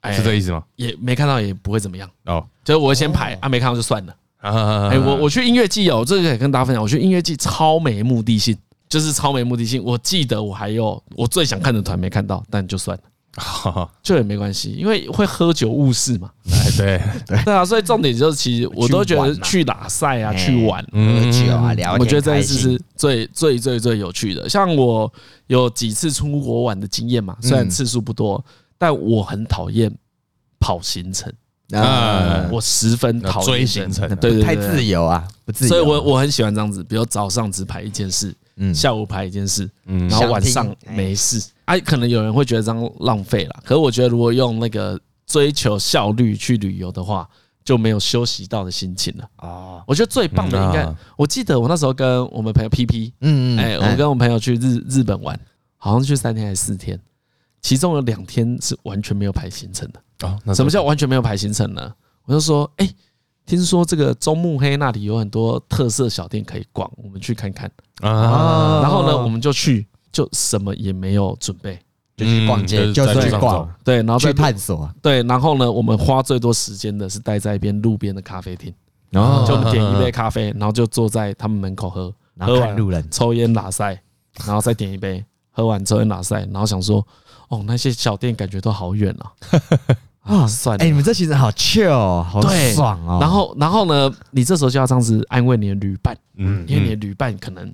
B: 哎
A: 是这意思吗？
B: 也没看到也不会怎么样，
A: 哦，
B: 就是我会先排啊，没看到就算了。
A: 哎
B: 哎、我我去音乐季哦，这个可以跟大家分享。我去音乐季超没目的性，就是超没目的性。我记得我还有我最想看的团没看到，但就算了，
A: 我，
B: 就也没关系，因为会喝酒误 事嘛。
A: 哎对，
B: 对啊，所以重点就是，其实我都觉
C: 去
B: 得
C: 玩啊
B: 去打赛啊，
C: 哎
B: 去玩。
C: 喝酒啊，聊天
B: 嗯我觉得这件事
C: 开心
B: 是最最最最有趣的。像我有几次出国玩的经验
A: 嗯
B: 嘛，虽然次数不多，但我很讨厌跑行程，
A: 啊嗯
B: 我十分讨厌
A: 追
B: 这
A: 行程啊
B: 对对对，
C: 太自由啊，不自由。
B: 所以我我很喜欢这样子，比如早上只排一件事，
C: 嗯
B: 下午排一件事，
A: 嗯
B: 然后晚上
C: 想听哎
B: 没事。哎、可能有人会觉得这样浪费了，可是我觉得如果用那个追求效率去旅游的话，就没有休息到的心情了。
C: 哦，
B: 我觉得最棒的应该，
A: 嗯啊
B: 我记得我那时候跟我们朋友 PP，
C: 嗯
B: 哎、我跟我朋友去日日本玩，好像去三天还是四天，其中有两天是完全没有排行程的。
A: 啊，那
B: 什么叫完全没有排行程呢？我就说，哎、听说这个中目黑那里有很多特色小店可以逛，我们去看看。
A: 啊？
C: 哦嗯
B: 然后呢，我们就去，就什么也没有准备。
C: 就去逛街，
A: 嗯就
C: 就
A: 是是
C: 去
A: 在路上
C: 逛，
B: 对，然后
C: 去
B: 在
C: 探索，
B: 对，然后呢，我们花最多时间的是待在一边路边的咖啡厅，
C: 嗯
A: 哦
B: 就我们点一杯咖啡，然后就坐在他们门口喝，
C: 然后看路人，
B: 抽烟拉塞，然后再点一杯，喝完抽烟拉塞，然后想说，哦，那些小店感觉都好 远啊，啊，算了
C: 哎，。你们这行程好 chill，哦好
B: 对
C: 爽哦。
B: 然后，然后呢？你这时候就要这样子安慰你的旅伴，
A: 嗯
B: 因为你的旅伴可能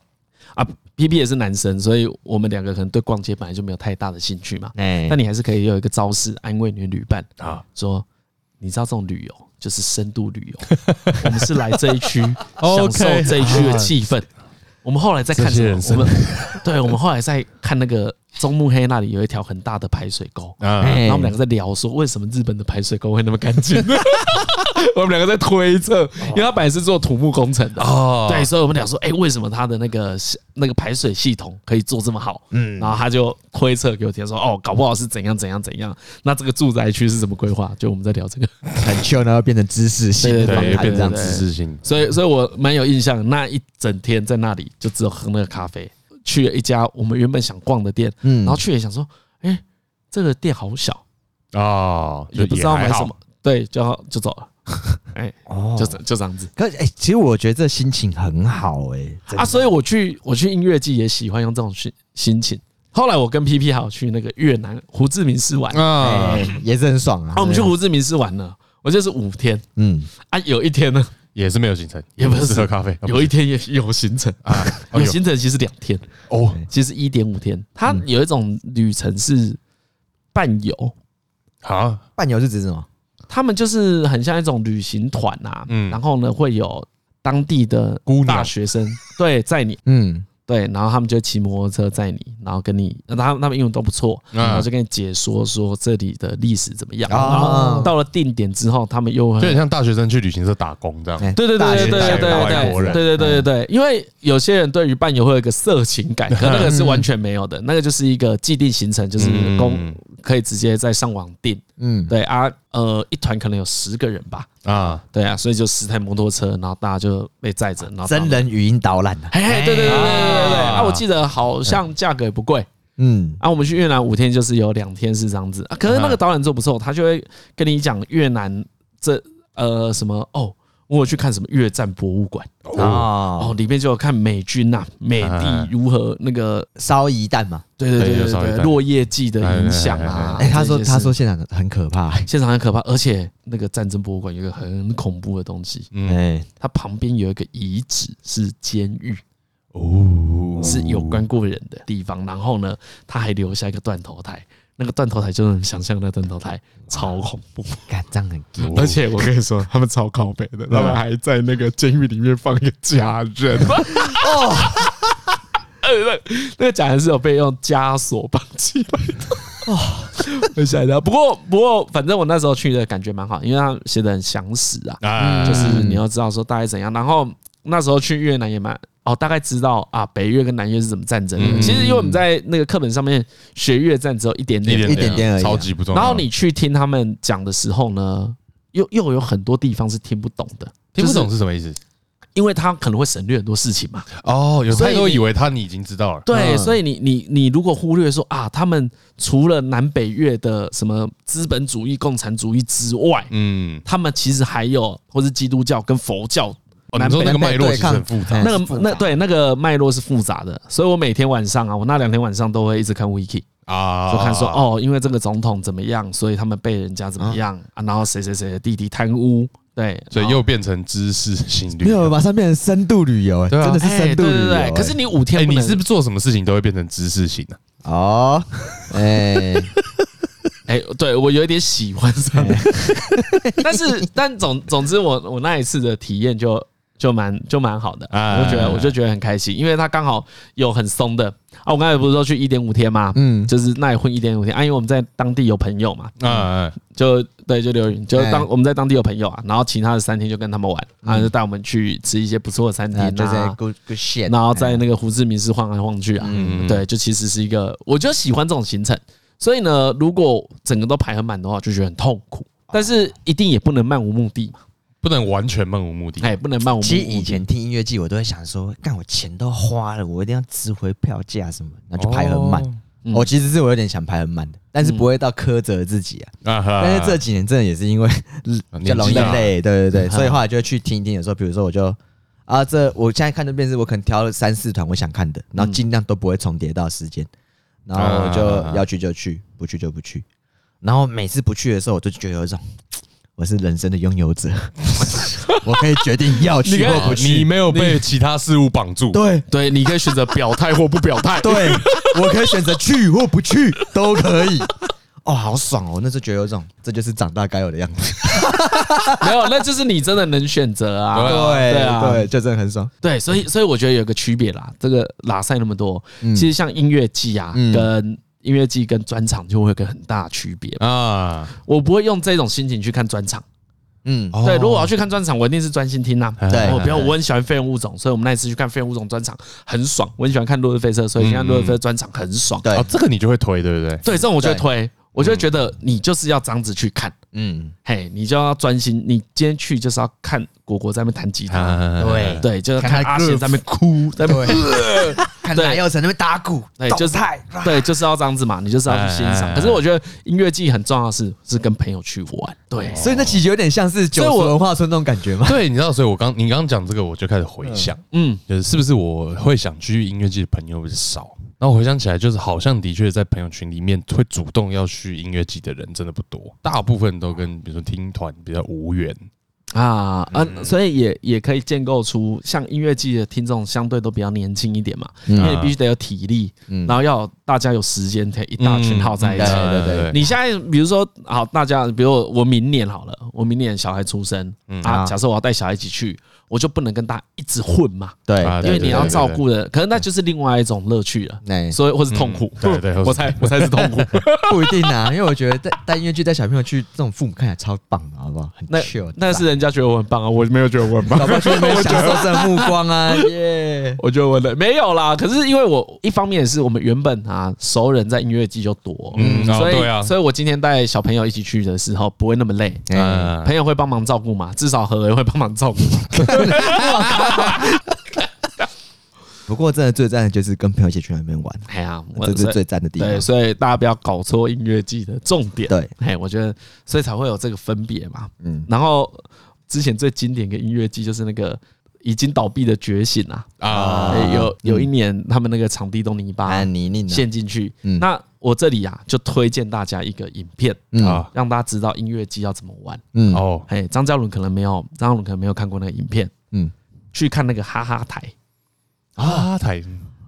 B: 啊，P P 也是男生，所以我们两个可能对逛街本来就没有太大的兴趣嘛。
A: 嗯
C: 哎，
B: 但你还是可以有一个招式安慰你的旅伴
A: 啊
B: 啊，说你知道这种旅游就是深度旅游，我们是来这一区享
A: OK
B: 受这一区的气氛。我们后来在看什
A: 这些
B: 么
A: 人？
B: 我
A: 生
B: 们 对，我们后来在看那个中目黑那里有一条很大的排水沟，
A: 啊，
C: 哎
B: 然后我们两个在聊说为什么日本的排水沟会那么干净。 我们两个在推测，因为他本来是做土木工程的
A: 哦
B: 对，所以我们俩说，哎、为什么他的那个那个排水系统可以做这么好？嗯，然后他就推测给我听说，哦，搞不好是怎样怎样怎样。那这个住宅区是怎么规划？就我们在聊这个，
C: 很 chill，然后变成知识性
B: 对
C: 的
B: 对
C: 访
A: 对，
C: 谈
A: 变
C: 这样
A: 成
C: 子。
A: 知识性，
B: 所以，所以我蛮有印象，那一整天在那里就只有喝那个咖啡，去了一家我们原本想逛的店，
C: 嗯
B: 然后去也想说，哎、这个店好小，
A: 哦，就
B: 也不知道
A: 还
B: 买
A: 好
B: 什么，，对，就就走了，哎、
C: 哦
B: 就这就这样子。
C: 可是哎、其实我觉得这心情很好哎、真的
B: 啊，所以我去我去音乐季也喜欢用这种心心情。后来我跟 P P 还有去那个越南胡志明市玩，啊，
A: 啊
C: 哎，也是很爽啊。
B: 我们去
C: 对不对
B: 胡志明市玩了，我记得是五天
C: 嗯，
B: 啊，有一天呢，
A: 也是没有行程，
B: 也不是
A: 只喝咖啡，
B: 有一天也有行程，
A: 啊，哦
B: 有行程其实两天，
A: 哦，
B: 其实一点五天，它有一种旅程是伴游，
A: 好，
C: 伴游是指什么？
B: 他们就是很像一种旅行团啊，
A: 嗯
B: 然后呢会有当地的
A: 姑娘
B: 大学生对载你，
C: 嗯，
B: 对，然后他们就骑摩托车载你，然后跟你，然后他们他们英文都不错，
A: 嗯
B: 然后就跟你解说说这里的历史怎么样。
C: 哦
B: 然后到了定点之后，他们又会
A: 就很像大学生去旅行社打工这样，
C: 哎
B: 对对
C: 大
B: 对
C: 学
B: 对对
C: 大
B: 对
C: 学
B: 对
A: 大外国
B: 对
A: 人
B: 对对对对，因为有些人对于伴游会有一个色情 感，可那个是完全没有的，那个就是一个既定行程，就是
A: 嗯
B: 公可以直接在上网订。
C: 嗯，
B: 对啊，呃，一团可能有十个人吧，
A: 啊，
B: 对啊，所以就十台摩托车，然后大家就被载着，然后
C: 真
B: 的，
C: 人语音导览啊。
B: 嘿嘿，对对对对对对对，
A: 啊
B: 啊，我记得好像价格也不贵。
C: 嗯，
B: 啊，我们去越南五天，就是有两天是这样子、啊。可是
A: 嗯
B: 那个导览做不错，他就会跟你讲越南这呃什么哦，我有去看什么越战博物馆
C: 哦，
B: 哦，里面就有看美军呐、美帝如何那个
C: 烧夷弹嘛。
B: 对对
A: 嗯对
B: 对
A: 有稍
B: 对
A: 微
B: 对
A: 看
B: 落叶季的
A: 哎
B: 影响啊。
C: 哎、他说
B: 这些事
C: 他说现场很可怕、哎
B: 现场很可怕，而且那个战争博物馆有一个很恐怖的东西，
A: 嗯，
C: 哎
B: 它旁边有一个遗址是监狱，
A: 哦，
B: 是有关过人的地方。然后呢，它还留下一个断头台。那个断头台就是能想象那断头台超恐怖，
C: 干这样很
A: 哦
B: 而且我跟你说，他们超靠北的，他们还在那个监狱里面放一个假人。哦， 呃，那那个假人是有被用枷锁绑起来 的。哦，很吓人。不过，不过，反正我那时候去的感觉蛮好，因为他写的很详实啊，
A: 啊，
B: 就
A: 就是
B: 是
C: 嗯
B: 你要知道说大概怎样。然后那时候去越南也蛮。哦，大概知道啊，北越跟南越是怎么战争的。
A: 嗯
B: 其实因为我们在那个课本上面学越战只有一点点，
C: 一点点而已啊
A: 超级不重要。
B: 然后你去听他们讲的时候呢，又又有很多地方是听不懂的，
A: 听不懂
B: 就是
A: 什么意思？
B: 因为他可能会省略很多事情嘛。
A: 哦，有
B: 所以
A: 太多
B: 你
A: 以为他你已经知道了，
B: 对，
C: 嗯
B: 所以你你你如果忽略说啊，他们除了南北越的什么资本主义、共产主义之外，
A: 嗯，
B: 他们其实还有或是基督教跟佛教。
A: 哦你说那个脉络其实很复杂
C: 南北对抗
B: 那
C: 哎复
B: 个
C: 杂
B: 那对那个脉络是复杂的，所以我每天晚上啊，我那两天晚上都会一直看 wiki，
A: 啊，
B: 就看说，哦，因为这个总统怎么样，所以他们被人家怎么样啊，然后谁谁谁的弟弟贪污，对，
A: 所以
B: 然后
A: 又变成知识性旅
C: 没有，
A: 游。
C: 马上变成深度旅游、哎、
A: 对啊
C: 真的是
B: 哎
C: 深度
B: 对
C: 旅
B: 对
C: 游、
B: 对
C: 哎
B: 可是你五
A: 哎，
B: 天不
A: 你
B: 能，
A: 是不是做什么事情都会变成知识型的？
C: 哦， 哎、
B: 哎，对我有一点 喜欢上，但是但总总之我我那一次的体验就就蛮就蛮好的，
A: 哎
B: 我就觉得我就觉得很开心，因为它刚好有很松的啊。我刚才不是说去一点五天嘛，
C: 嗯，
B: 就是那也混一点五天啊，因为我们在当地有朋友嘛，
A: 啊，
B: 就对，就刘云，就
C: 哎嗯
B: 当我们在当地有朋友啊，然后其他的三天就跟他们玩，然后就带我们去吃一些不错的餐厅
C: 啊就在
B: 啊，
C: good good shit，哎
B: 然后在那个胡志明市晃来晃去啊，
A: 嗯
B: 对，就其实是一个，我就喜欢这种行程，所以呢，如果整个都排很满的话，就觉得很痛苦，但是一定也不能漫无目的嘛，
A: 不能完全漫无目的。
B: 哎，不能漫无目的。
C: 其实以前听音乐季，我都会想说，干我钱都花了，我一定要值回票价什么，那就排很
A: 哦
C: 满。
B: 嗯
C: 我其实是我有点想排很满的，但是不会到苛责自己啊。
A: 啊哈
C: 但是这几年真的也是 因为比较容易
A: 年纪大嗯
C: 累，对对对，所以后来就会去听一听。有时候比如说我就啊，这我现在看的片是我可能挑了三四团我想看的，然后尽量都不会重叠到时间，然后
A: 嗯
C: 我
A: 啊
C: 就要去就去，不去就不去。然后每次不去的时候，我就觉得有一种我是人生的拥有者， 我可以决定要
A: 你
C: 去
A: 看
C: 或不
A: 你
C: 去。
A: 没有被其他事物绑住，
C: 对，
B: 对，你可以选择表态或不表态。
C: 对我可以选择去或不去都可以。哦，好爽哦！那时候觉得有一种，这就是长大该有的样子。
B: 没有，那就是你真的能选择啊。对啊
C: 对，就真的很爽。
B: 对，所以所以我觉得有个区别啦，这个拉塞那么多，其实像音乐季啊，
C: 嗯
B: 跟音乐季跟专场就会有个很大的区别。
A: 啊，
B: 我不会用这种心情去看专场。
C: 嗯，
A: 哦
B: 对，如果我要去看专场，我一定是专心听啦、啊。
C: 对
B: 我不要，我很喜欢飞人物种，所以我们那一次去看飞人物种专场很爽。我很喜欢看洛日飞车，所以看洛日飞车专场很爽。
C: 对
A: 哦，这个你就会推，对不对？
B: 对，这种我就会推，我就会觉得你就是要这样子去看。
C: 嗯，
B: 嘿，你就要专心，你今天去就是要看果果在那边弹吉
A: 啊
B: 他，
C: 对
B: 对，就是
C: 看
B: 看
C: 他
B: 阿贤
C: groove
B: 在那边哭，在那边
C: 对，看
B: 对
C: 蓝耀成那边打鼓，
B: 对就是
C: 动态
B: 对，就是要这样子嘛，你就是要去欣
A: 哎哎
B: 赏。
A: 哎
B: 可是我觉得音乐季很重要的是是跟朋友去玩，对，
A: 哦
C: 所以那其实有点像是九
B: 所以
C: 十
B: 我
C: 文化村那种感觉嘛。
A: 对，你知道，所以我刚你刚刚讲这个，我就开始回想，
B: 嗯，
A: 就是是不是我会想去音乐季的朋友比较少？然后回想起来，就是好像的确在朋友群里面会主动要去音乐季的人真的不多，大部分都跟比如说听团比较无缘。
B: 啊啊，
A: 嗯
B: 所以也也可以建构出像音乐季的听众相对都比较年轻一点嘛，
A: 嗯
B: 因为你必须得有体力，
C: 嗯
B: 然后要有大家有时间，可以一大群耗在一起。
C: 嗯对对对
B: 你现在比如说，好，大家，比如我我明年好了，我明年小孩出生
A: 嗯
B: 啊，
C: 啊
B: 假设我要带小孩一起去，我就不能跟大家一直混嘛，
C: 对
A: 啊
B: 因为你要
A: 对哎
B: 照顾的，可能那就是另外一种乐趣了，
C: 那
B: 所以或是痛苦，
A: 嗯对对或是
B: 我猜我猜是痛苦，
C: 不一定啊，因为我觉得带带音乐剧带小朋友去，这种父母看起来超棒的，好不好？很
B: 那
C: chill，
B: 那是人家觉得我很棒啊，我没有觉得我很棒
C: 搞，不好去那边享受这种目光啊，耶！
B: 我觉得我的 没有啦，可是因为我一方面也是我们原本啊熟人在音乐季就多，
A: 嗯
B: 嗯，
A: 哦
B: 所以、
A: 对啊
B: 所以我今天带小朋友一起去的时候不会那么累，哎
C: 嗯，
A: 嗯
B: 朋友会帮忙照顾嘛，至少何为会帮忙照顾，
C: 不过真的最赞的就是跟朋友一起去那边玩，
B: 哎呀，我
C: 这是
B: 所以
C: 最赞的地方
B: 对，。所以大家不要搞错音乐季的重点，
C: 对，
B: 哎，我觉得所以才会有这个分别嘛，
C: 嗯
B: 嗯，然后之前最经典的音乐季就是那个。已经倒闭的觉醒啊！
A: 啊
B: 哎有有一年他们那个场地都泥巴，
C: 安妮妮啊呢？
B: 陷进去。
C: 嗯
B: 那我这里啊，就推荐大家一个影片，
A: 啊
B: 让大家知道音乐季要怎么玩。
C: 嗯
A: 哦，
B: 哎，张嘉伦可能没有，张嘉伦可能没有看过那个影片，
C: 嗯
B: 去看那个哈哈台。
A: 啊台，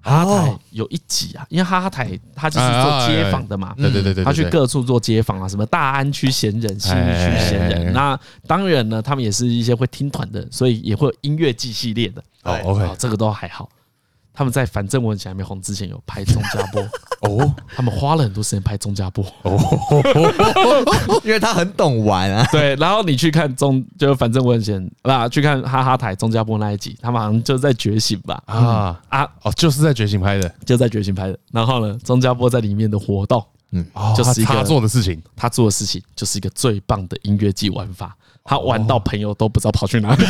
B: 哈哈
C: 哦
B: 台有一集啊，因为哈哈台他就是做街访的嘛，
A: 哎对对对对，
B: 他去
A: 对
B: 各处做街访啊，什么大安区闲人、新义区闲
A: 哎哎哎哎
B: 人。那当然呢，他们也是一些会听团的，所以也会有音乐季系列的。
A: 哦 OK
B: 哦这个都还好。他们在反正我很想还没红之前有拍钟家波，
A: 哦
B: 他们花了很多时间拍钟家波。
C: 因为他很懂玩啊。
B: 对，然后你去看中，就反正我很闲，不、啊，去看哈哈台钟家波那一集，他们好像就在觉醒吧，
A: 啊
B: 啊，
A: 哦，就是在觉醒拍的，
B: 就在觉醒拍的。然后呢，钟家波在里面的活动，
A: 哦
B: 就是一个
A: 他做的事情，
B: 他做的事情就是一个最棒的音乐季玩法，他玩到朋友都不知道跑去哪里。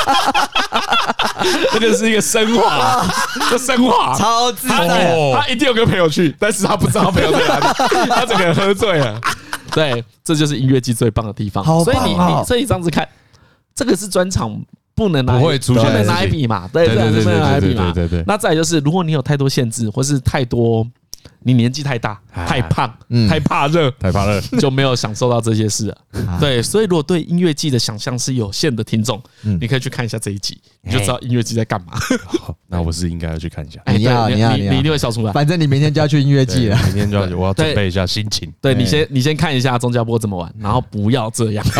B: 这就是一个升华，这升华
C: 超自
B: 他
C: 在啊
A: 哦
B: 他一定有跟朋友去，但是他不知道朋友在哪里，他整个人喝醉了。 对，这就是音乐季最棒的啊地方。
C: 好
B: 所以你
C: 棒哦
B: 你所以你这样子看，这个是专场不能拿
A: 不会出现
B: 不
A: 的
B: 能拿
A: 事
B: 一
A: 情
B: 笔嘛？对
A: 对
B: 对
A: 对
B: 对，不能拿一
A: 对
B: 笔
A: 对
B: 嘛。
A: 对对对
B: 那再来就是，如果你有太多限制，或是太多，你年纪太大、
A: 啊
B: 太胖、
A: 嗯
B: 太怕 热，
A: 太怕了，
B: 就没有享受到这些事了。
A: 啊
B: 对，所以如果对音乐季的想象是有限的听众，
A: 嗯
B: 你可以去看一下这一集，你
A: 哎
B: 就知道音乐季在干嘛。
A: 好，那我是应该要去看一下。
B: 哎，
C: 你
B: 对
C: 要
B: 你
C: 你要
B: 你
C: 你要
B: 你一定会笑 出来。
C: 反正你明天就要去音乐季了。
A: 明天就要，我要准备一下心情。
B: 对
C: 对
B: 你先你先看一下钟家波怎么玩，然后不要这样，
C: 是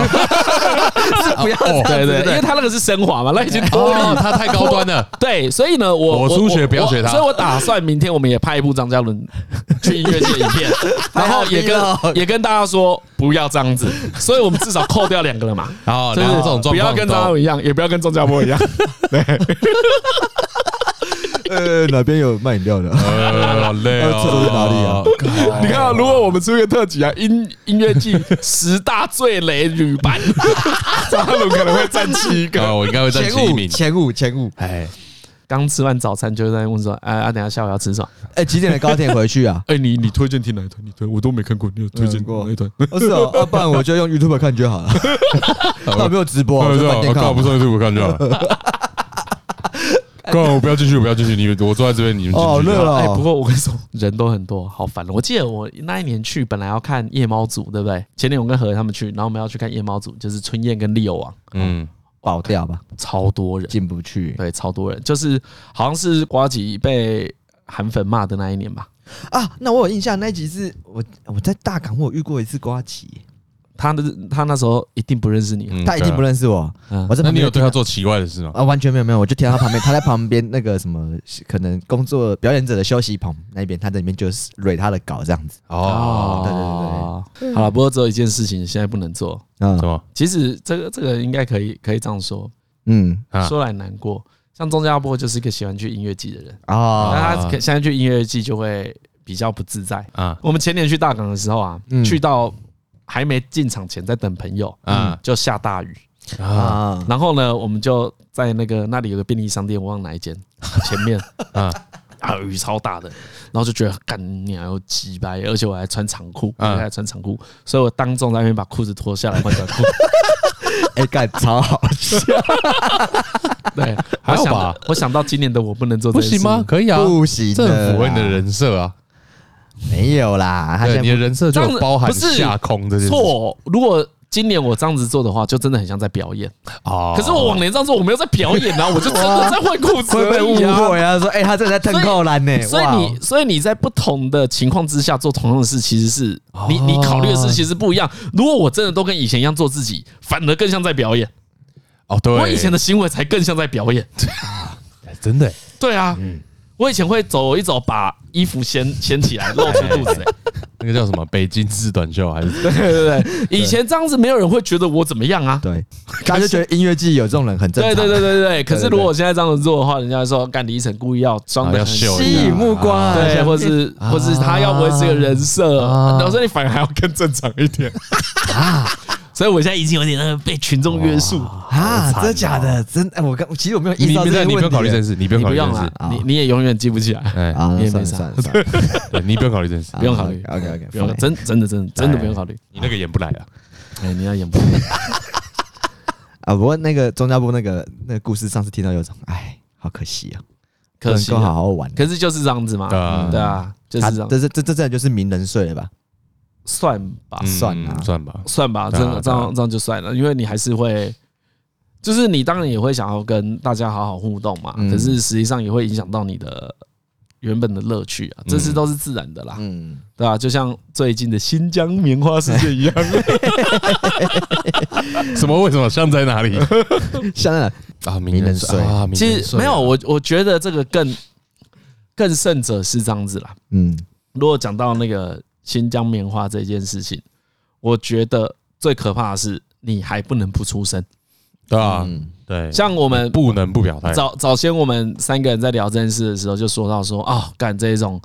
C: 不要这样
E: 哦
C: 子
B: 对对，因为
C: 的。
B: 它那个是升华嘛，那已经脱离
A: 哦，他太高端了，
B: 对，所以呢，我
A: 我初学不要学他
B: 所以我打算明天我们也拍一部张嘉伦去音乐界影片，然后也
C: 太好听
B: 跟
C: 了
B: 也跟大家说不要这样子，所以我们至少扣掉两个了嘛，
A: 然 后
B: 就是
A: 哦然后这种状况
B: 不要跟
A: 都
B: 张嘉伦一样，也不要跟钟嘉波一样，
E: 呃，哪边有卖饮料的？
A: 呃，好累
E: 呃
A: 哦，
E: 这都是哪里 啊
A: 里
B: 你看啊，如果我们出一个特辑啊，音音乐季十大最雷女版，张嘉伦可能会占七
A: 啊，
B: 个。
A: 我应该会占
C: 前
A: 第一
C: 五，
A: 名。
C: 前五，前五。
A: 哎，
B: 刚吃完早餐就在问说，哎啊，等一下下午要吃什么？
E: 哎，几点的高铁回去啊？
B: 哎，你你推荐听哪一团？你推我都没看过，你有推
E: 没
B: 荐
E: 看过
A: 嗯
B: 哪一团？
E: 哦是哦，啊不然我就用 YouTube 看就 好了。他有没有直播啊？我
A: 对
E: 就
A: 哦哎对，我
E: 饭店看好
A: 靠，不。
E: 了
A: 上 YouTube 看就好 了。哥，我不要进去，我不要进去，你们我坐在这边，你啊们进去。
E: 哦，好热
B: 哎、
E: 哦
B: 不。过我跟你说，人都很多，好烦了。我记得我那一年去，本来要看夜猫组，对不对？前年我跟何他们去，然后我们要去看夜猫组，就是春燕跟利友王，
A: 嗯，
E: 爆掉吧，
B: 超多人，
E: 进不去
B: 对，超多人，就是好像是瓜吉被韩粉骂的那一年吧。
C: 啊，那我有印象，那一集是我我在大港，我有遇过一次瓜吉，
B: 他的他那时候一定不认识你，
A: 嗯
E: 他一定不。认识我。
B: 嗯
E: 我，在
A: 对啊那你
E: 旁边
A: 有对他做奇怪的事吗？
E: 啊，完全没有没有，我就听到他旁边，他在旁边那个什么，可能工作表演者的休息棚那边，他在里面就是蕊他的稿这样子。
A: 哦，
B: 哦，对对对，好了，不过只有一件事情现在不能做。
E: 嗯
A: 什么？
B: 其实这个这个应该可以可以这样说，
E: 嗯
A: 啊
B: 说来难过，像钟家波就是一个喜欢去音乐季的人。
E: 啊，
B: 那他
A: 啊
B: 可现在去音乐季就会比较不自在。
A: 啊
B: 我们前年去大港的时候啊，
E: 嗯
B: 去到还没进场前，在等朋友，
A: 啊
B: 嗯，就下大雨。
A: 啊
E: 啊
B: 然后呢，我们就在那个那里有个便利商店，我忘了哪一间，前面
A: 啊！
B: 啊雨超大的，然后就觉得干娘有鸡掰，而且我还穿长裤，我
A: 嗯
B: 还穿长裤，所以我当众在那边把裤子脱下来换短裤。
E: 哎，干超 好笑，
B: 对，
A: 还
B: 我
A: 好
B: 想
A: 吧
B: 到我想到今年的我不能做这
A: 不
B: 件事
A: 行吗？？可以啊，
E: 不行，
A: 这很符合你的，人设啊。
E: 没有啦，他
A: 对，
E: 现
A: 你
E: 在
A: 的人设就有包含下空这件事情
B: 错，如果今年我这样子做的话，就真的很像在表演。
A: 哦。
B: 可是我往年这样做，我没有在表演啊，我就真的在换裤子
E: 会被
B: 而
E: 误
B: 已啊。
E: 会啊，说哎，他这在腾扣篮呢，
B: 所以
E: 哇哦
B: 你，所以你在不同的情况之下做同样的事，其实是你你考虑的事其实不一样。如果我真的都跟以前一样做自己，反而更像在表演。
A: 哦，对，
B: 我以前的行为才更像在表演。
A: 哎真的
B: 对啊，我以前会走一走，把衣服掀掀起来，露出肚子、欸。
A: 那个叫什么北京式短袖还是
B: 对对对，以前这样子没有人会觉得我怎么样啊。
E: 对，他就觉得音乐季有这种人很正
B: 对
E: 常，
B: 对对对对，可是
E: 对对
B: 如果我现在这样子做的话，人家会说干李晨故意要装
A: 啊
B: 的
A: 要
B: 很
A: 秀
E: 吸引目光啊，
B: 对，
E: 像
B: 或是或是他要维持一个人设，
A: 啊
B: 然后所以你反而还要更正常一点啊 所以我现在已经有点那个被群众约束，
E: 啊，真的假的？真哎，我刚其实我没有意
A: 你
E: 识到
A: 不
E: 这个
A: 要你不
E: 问
A: 用考虑这件
E: 题
A: 事，你不用啊
B: 你
A: 考
B: 不
A: 虑这
B: 用啊
A: 件
B: 了
A: 事，，
B: 你你也永远记不起来，
A: 哎，
E: 啊，
B: 也没
E: 算了
B: 啥
E: 算了算了， 啊
A: 对你不用考虑这件事，
B: 不用考虑，
E: OK OK，
B: 不用，真真的真的真的不用考虑。
A: 你那个演不来啊。
B: 哎，你要演不了？
E: 啊，不过那个钟家波那个那个故事，上次听到有种，哎，好可惜啊，
B: 可惜
E: 不
B: 啊，
E: 能够好好玩。
B: 可是就是这样子嘛，
A: 对啊
B: 对啊，就是
E: 他
B: 这样，
E: 这这这这真的就是名人税了吧？
B: 算吧，
A: 嗯
E: 算啊
A: 算吧，
B: 算吧，
A: 对
B: 真
A: 啊
B: 的这
A: 对啊
B: 样这样就算了，因为你还是会，就是你当然也会想要跟大家好好互动嘛，
E: 嗯
B: 可是实际上也会影响到你的原本的乐趣啊，这是都是自然的啦，
E: 嗯，
B: 对吧、就像最近的新疆棉花事 件一样，
A: 什么？为什么像在哪里
E: 像那
A: 啊？名
E: 名
A: 人
E: 人
A: 税
E: 税
A: 啊，名
B: 其
A: 人
B: 实
A: 税
B: 没有，我我觉得这个更更甚者是这样子啦。
E: 嗯
B: 如果讲到那个新疆棉花这件事情，我觉得最可怕的是你还不能不出声，
A: 对啊，
E: 嗯
A: 对，
B: 像我们
A: 不能不表态，
B: 早早先我们三个人在聊这件事的时候，就说到说啊，干这一种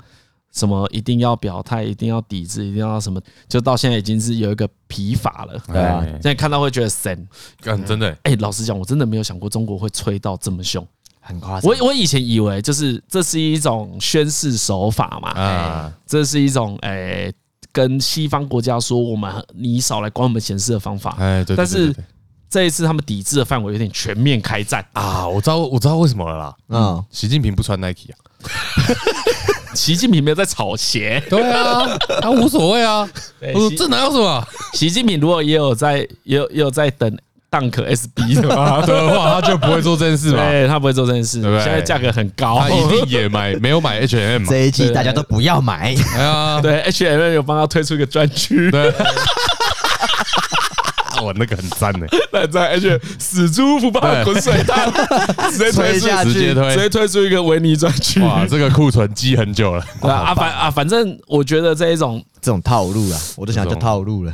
B: 什么一定要表态，一定要抵制，一定要什么，就到现在已经是有一个疲乏了。
E: 对啊
A: 哎
B: 现，在看到会觉得神，
A: 干真的
B: 哎、老实讲，我真的没有想过中国会吹到这么凶。
E: 很
A: 啊
E: 夸张。
B: 我我以前以为就是这是一种宣誓手法嘛，
A: 啊，
B: 这是一种诶、哎跟西方国家说我们你少来管我们闲事的方法。
A: 哎，对，对
B: 但是
A: 对对对
B: 这一次他们抵制的范围有点全面 开战，
A: 啊，我知道，我知道为什么了啦。
E: 嗯，
A: 习近平不穿 Nike 啊，
B: 习近平没有在炒鞋。
A: 对啊， 他无所谓啊。我说
B: 习
A: 这哪有什么？
B: 习近平如果也有在，也有也有在等 Dunk SB 的 话，
A: 啊的话，他就不会做这件事嘛。
B: 对他不会做这件事，
A: 对不对
B: 现在价格很高
A: 他。一定也买，没有买 H&M 嘛。
E: 这一季大家都不要买，
A: 哎呀，
B: 对 H M 有帮他推出一个专区，
A: 对，哦，啊那个很赞呢，
B: 那在而且死猪不
A: 对
B: 怕滚水 烫，直接推
E: 推
B: 出
E: 下
A: 直接
E: 去，
B: 直接
A: 推，
B: 推出一个维尼专区。
A: 哇，这个库存积很久了，
B: 对啊，啊反啊，反正我觉得这一种
E: 这种套路啦，我都想
A: 这
E: 叫
A: 种
E: 套路了，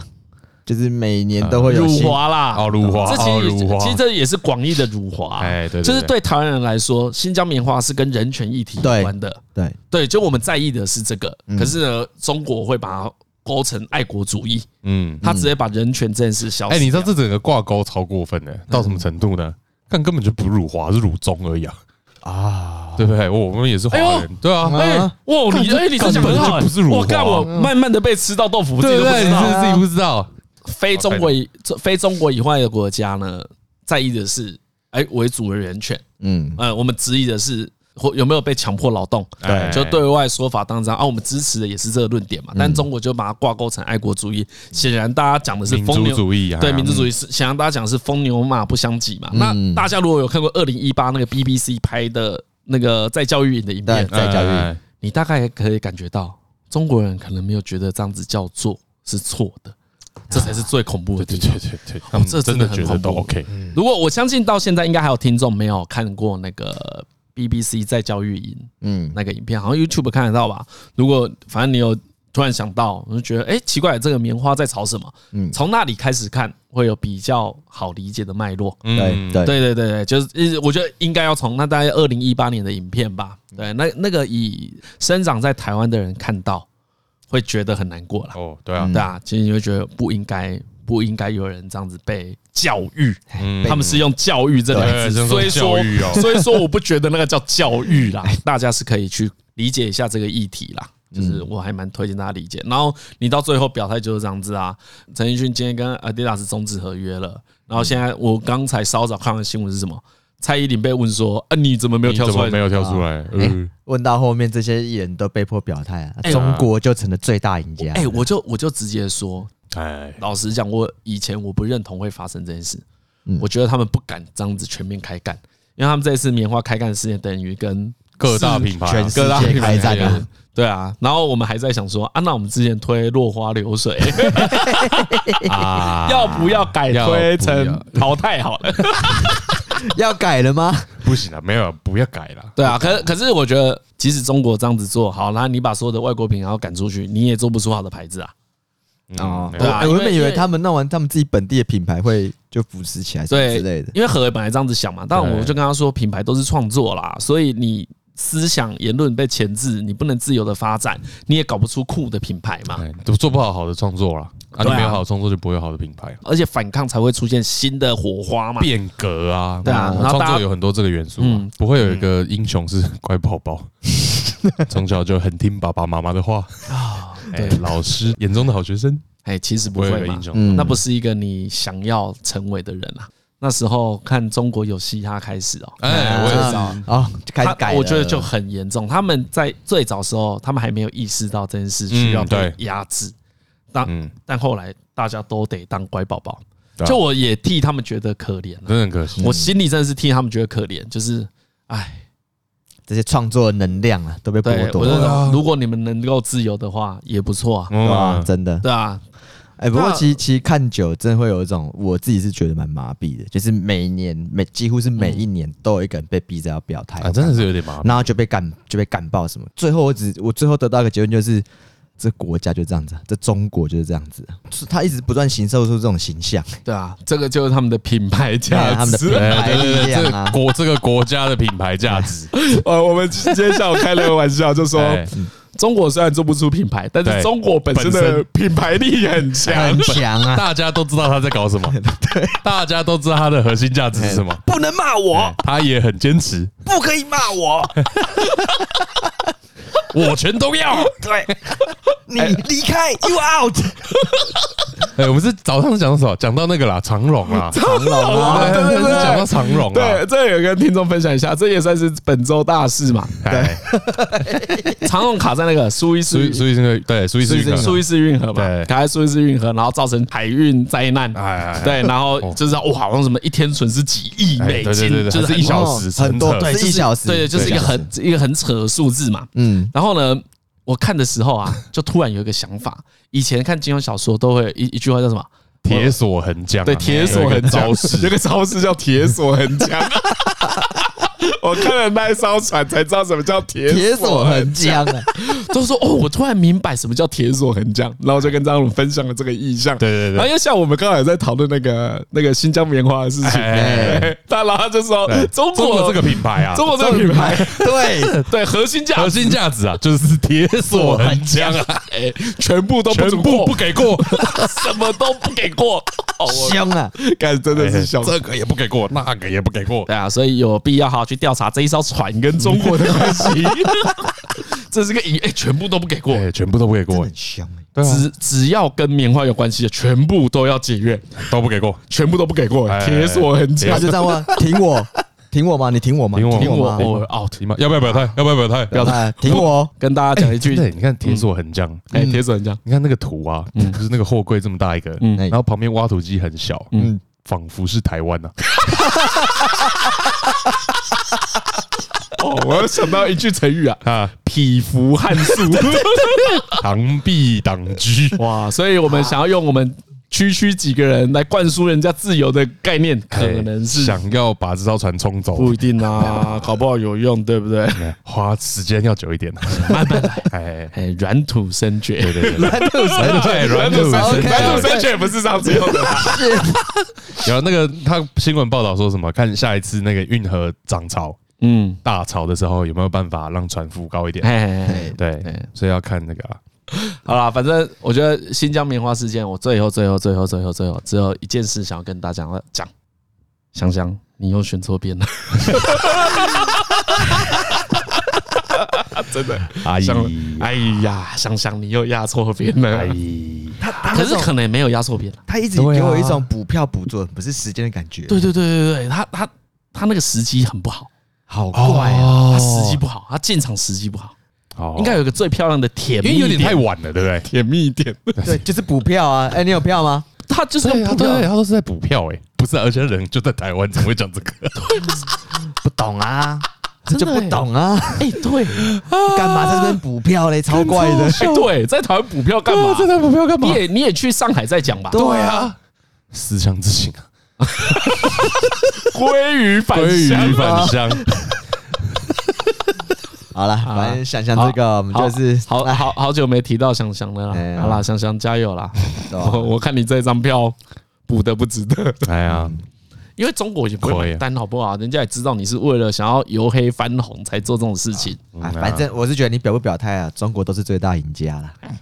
E: 就是每年都会
B: 嗯
E: 有
B: 辱
E: 新
B: 华啦，
A: 哦辱华哦
B: 这其
A: 辱
B: 实
A: 华
B: 其实这也是广义的辱华。
A: 哎对对对
B: 就是对台湾人来说，新疆棉花是跟人权议题有关的。
E: 对
B: 对，就我们在意的是这个，
E: 嗯
B: 可是呢，中国会把它勾成爱国主义，
A: 嗯，
B: 他直接把人权这件事消失
A: 哎，
B: 掉。
A: 你知道这整个挂钩超过分的，到什么程度呢？看根本就不辱华，是辱中而已啊，
E: 啊，
A: 对不对？我们也是华
B: 哎呦
A: 人，对啊，
B: 哎
E: 啊
B: 哇，你哎，你这讲得很好，
A: 根本就不是辱华啊
B: 我干，我慢慢的被吃到豆腐，我自己
A: 对
B: 都
A: 不
B: 不
A: 对？
B: 知
A: 你
B: 道。
A: 是自己不知道，
B: 非中国以非中国以外的国家呢，在意的是哎为主人人权，
E: 嗯，
B: 呃，我们质疑的是或有没有被强迫劳动，
A: 对
B: 就对外说法当然啊，我们支持的也是这个论点
A: 嗯
B: 嘛，但中国就把它挂钩成爱国主义，显然大家讲的是
A: 民
B: 风
A: 族
B: 牛。
A: 主义啊，
B: 对民族主义是，显然大家讲的是风牛马不相及嘛。那
E: 嗯
B: 大家如果有看过二零一八那个 BBC 拍的那个在教育营的影片
E: 对，在教育
A: 哎
B: 你大概可以感觉到，中国人可能没有觉得这样子叫做是错的，这才是最恐怖的地
A: 对
B: 方。
A: 对对对，他们
B: 哦这
A: 嗯真
B: 真
A: 的
B: 的
A: 觉得
B: 很恐
A: 都
B: 怖
A: OK，
E: 嗯
B: 如果我相信到现在，应该还有听众没有看过那个 BBC 在教育营
E: 嗯，
B: 那个影片，好像 YouTube 看得到吧？如果反正你有突然想到，我就觉得哎、诶奇怪，这个棉花在吵什么？
E: 嗯
B: 从那里开始看会有比较好理解的脉络。
A: 嗯
B: 对
E: 对对，
B: 对对对，就是我觉得应该要从那大概二零一八年的影片吧，对，那那个以生长在台湾的人看到，会觉得很难过啦，
A: 哦，
E: 嗯
A: 对啊，
B: 对啊，其实你会觉得不应该，不应该有人这样子被教育，
A: 嗯
B: 他们是用教育这两个字，
A: 对
B: 所以
A: 这种
B: 说
A: 教育哦
B: 所以说我不觉得那个叫教育啦，大家是可以去理解一下这个议题啦。就是我还蛮推荐大家理解，然后你到最后表态就是这样子啊。陈奕迅今天跟 Adidas 终止合约了，然后现在我刚才稍早看完新闻是什么？蔡依林被问说：“啊，你怎么没有
A: 你
B: 跳
A: 怎
B: 出
A: 么
B: 来？
A: 没有跳出来？嗯
E: 问到后面这些艺人都被迫表态啊，
B: 哎
E: 中国就成了最大赢家。
B: 哎，我就我就直接说，
A: 哎，
B: 老实讲，我以前我不认同会发生这件事，
E: 嗯
B: 我觉得他们不敢这样子全面开干，因为他们这次棉花开干事件等于跟
A: 各大品牌啊，
E: 全世
A: 各大
E: 界
A: 品牌
E: 开战啊
A: 一样！
B: 对啊，然后我们还在想说啊，那我们之前推落花流 水，
A: 啊
B: 要不要改
A: 要不
B: 推
A: 要
B: 成淘汰好了？
E: 要改了吗？
A: 不行了，啊没有，不要改了。
B: 对啊，可可是我觉得，即使中国这样子做好，那你把所有的外国品牌要赶出去，你也做不出好的牌子啊。
E: 哦，
A: 嗯
B: 对啊
E: 哎我原本以
B: 因为
E: 为他们弄完他们自己本地的品牌会就扶持起来什么
B: 对哦
E: 之类的。
B: 因为何伟本来这样子想嘛，但我
A: 对
B: 就跟他说，品牌都是创作啦，所以你思想言论被钳制，你不能自由的发展，你也搞不出酷的品牌嘛。
A: 哎，都做不好好的创作了，啊，你
B: 对啊
A: 没有好的创作就不会有好的品牌，啊
B: 而且反抗才会出现新的火花嘛。
A: 变革啊，
B: 对啊
A: 嗯
B: 然后
A: 创
B: 大家
A: 作有很多这个元素啊
B: 嗯，
A: 不会有一个英雄是乖宝 宝，从小就很听爸爸妈妈的话啊，哎，老师眼中的好学生，
B: 哎，其实不
A: 不会有
B: 会
A: 一个
B: 嘛
A: 英，雄。
E: 嗯
B: 那不是一个你想要成为的人啊。那时候看中国有嘻哈开始哦，
A: 哎，我也是
E: 啊哦，就开始
B: 他
E: 改了。
B: 我觉得就很严重。他们在最早时候，他们还没有意识到这件事需要
A: 嗯对
B: 被压制，当
A: 嗯，
B: 但后来大家都得当乖宝宝
A: 对。啊
B: 就我也替他们觉得可怜、
A: 真
B: 啊，
A: 的很可惜。
B: 我心里真的是替他们觉得可怜，就是，哎，
E: 这些创作的能量啊都被
B: 对
E: 剥夺
B: 我就
E: 了，
B: 说，如果你们能够自由的话，也不错啊，
A: 嗯
E: 哇，真的。
B: 对啊，
E: 哎，不过
B: 那
E: 其实其实看久真的会有一种，我自己是觉得蛮麻痹的，就是每年每几乎是每一年都有一个人被逼着要表态
A: 啊，，真的是有点麻烦。
E: 然后就被干就被干爆什么。最后我只我最后得到一个结论就是，这国家就这样子啊，这中国就是这样子啊，是他一直不断形塑出这种形象，
B: 对啊，这个就是他们的品牌价
E: 哎
B: 值，
E: 他们的品牌力量啊，
A: 国这个国家的品牌价 值，
B: 呃，我们今天下午开了个玩笑，就说
A: 哎
B: 中国虽然做不出品牌，但
A: 对
B: 是中国本身
A: 本
B: 的
A: 身哎
B: 品牌力很强
E: 很。强 啊，
A: 大家都知道他在搞什么，大家都知道他的核心价值是什么，哎
D: 不能骂我，
A: 他也很坚持，
D: 不可以骂我。
A: 我全都要。
D: 对，你离开，you out。
A: 哎，我们是早上讲到什么？讲到那个啦，长荣啦，
E: 长龙啊，
A: 对
B: 对对对
A: 讲到长荣啊啦
B: 对，，这有跟听众分享一下，这也算是本周大事嘛。
A: 对，
B: 常用卡在那个苏伊
A: 哎苏
B: 士
A: 伊苏伊那个对苏伊士运河，
B: 苏伊士运河嘛
A: 对，
B: 卡在苏伊士运河，然后造成海运灾难。
A: 哎
B: 对，然后就是哇，好像什么一天损失几亿
A: 哎
B: 美
A: 对对
B: 金
A: 对，对，
B: 就
A: 它
B: 是
A: 是一
B: 很
A: 小时，
E: 很多
A: 真的
E: 对
B: 就是
E: 哎一小时
B: 对，就是一个很一个很扯的数字嘛。
E: 嗯，
B: 然后呢， 我看的时候啊，就突然有一个想法。以前看金庸小说都会有一一句话叫什么？
A: 铁锁横江啊，
B: 对，铁锁很
A: 有一个招
B: 有
A: 式，
B: 个招式叫铁锁很僵。 我看了那一艘船，才知道什么叫铁
E: 铁
B: 锁
E: 锁
B: 很。
E: 很僵啊！
B: 都说哦，我突然明白什么叫铁锁横僵，然后就跟张鲁分享了这个意象。
A: 对对对
B: 然后因为像我们刚才在讨论那个那个新疆棉花的事情，
A: 哎
B: 他然后他就说
A: 对
B: 中
A: 中
B: 国
A: 国这个品牌啊，
B: 中国这个品牌，
E: 对，
B: 对核心价
A: 核
B: 值
A: 心价值啊，就是铁锁横江啊，
B: 哎，全部都不
A: 全
B: 准
A: 部
B: 过
A: 不，给过，
B: 什么都不给过，哦我
E: 凶啊！
B: 干真的是笑死。
A: 这个也不给过，那个也不给过，
B: 对啊，所以有必要好好去调查这一艘船跟中国的关系。这是个隐，哎、全部都不给过，
A: 对，全部都不给过
E: 很，凶欸
A: 对啊
B: 只只要跟棉花有关系的，全部都要解约，
A: 都不给过，
B: 全部都不给过，
A: 哎
B: 铁锁很紧
E: 他。就这样问：挺我，挺我吗？你挺我吗？
A: 挺我
B: 听我，
E: 吗？
B: 我 out。
A: 你们要不要表态？要不要表态？
E: 表态，挺我哦。
B: 跟大家讲一句，
A: 啊对，你看铁锁横江，
B: 哎，铁锁很僵，
A: 你看那个图啊，就是那个货柜这么大一个，
B: 嗯
A: 然后旁边挖土机很小，嗯，仿佛是台湾呐、啊。
B: 哦，我又想到一句成语啊，
A: 啊，
B: 匹夫撼树。
A: 螳臂挡车，
B: 哇，所以我们想要用我们区区几个人来灌输人家自由的概念， 可能是
A: 哎想要把这艘船冲走，
B: 不一定啊，搞不好有用，对不对？
A: 哎花时间要久一点，
B: 慢慢来，
A: 哎，
B: 哎，软土生
A: 对
B: 绝，
A: 对对，软
E: 土
A: 生对软土生
E: 对
B: 软土
A: 对
B: 生绝不是上次用的啦，
A: 然后那个他新闻报道说什么？看下一次那个运河涨潮、
B: 嗯，
A: 大潮的时候，有没有办法让船浮高一点？
B: 哎，
A: 对，所以要看那个啊，
B: 好啦，反正我觉得新疆棉花事件，我最后、最后、最后、最后、最后，只有一件事想要跟大家讲讲，香香，你又选错边了，真的，
A: 阿姨，哎
B: 香，哎呀，香香，你又压错边
A: 阿
B: 了，
A: 姨，
E: 他他
B: 可
E: 那
B: 是
E: 种
B: 可能也没有压错边了。
E: 他一直
A: 对啊
E: 给我一种补票补做不是时间的感觉，
B: 对，对对对对，他他他那个时机很不好，
E: 好怪啊！
B: 他时机不好，他进场时机不好，
A: 哦
B: 应该有一个最漂亮的甜
A: 因
B: 蜜
A: 为有点太
B: 点，
A: 晚了，对不对？
B: 甜蜜点，
E: 对，就是补票啊！哎，你有票吗？
B: 他就是
A: 对啊，
B: 不
A: 对
B: 对，
A: 他都是在补票哎、不是、啊，而且人就在台湾，怎么会讲这个？
E: 不懂啊，这就
B: 真的
E: 不
B: 欸
E: 懂啊！
B: 哎对，
E: 干嘛在这边补票嘞？超怪的，
B: 哎对，在台湾补票干嘛？
A: 啊在补票干
B: 你也你也去上海再讲吧，
E: 对啊，
A: 思乡之情啊，
B: 归于返
A: 归
B: 乡
A: 于
B: 啊
A: 返乡，
E: 好了，
B: 啊
E: 反正想想这个，我们就是
B: 好好好好久没提到香香了啦，
E: 哎呀
B: 好啦，香香加油啦！
E: 对啊
B: 我我看你这张票补的不值得，
A: 哎呀，
B: 因为中国也不
A: 可
B: 会
A: 以
E: 啊
B: 买单好不好？人家也知道你是为了想要由黑翻红才做这种事情。
E: 啊，反正我是觉得你表不表态啊，中国都是最大赢家啦。
B: 哎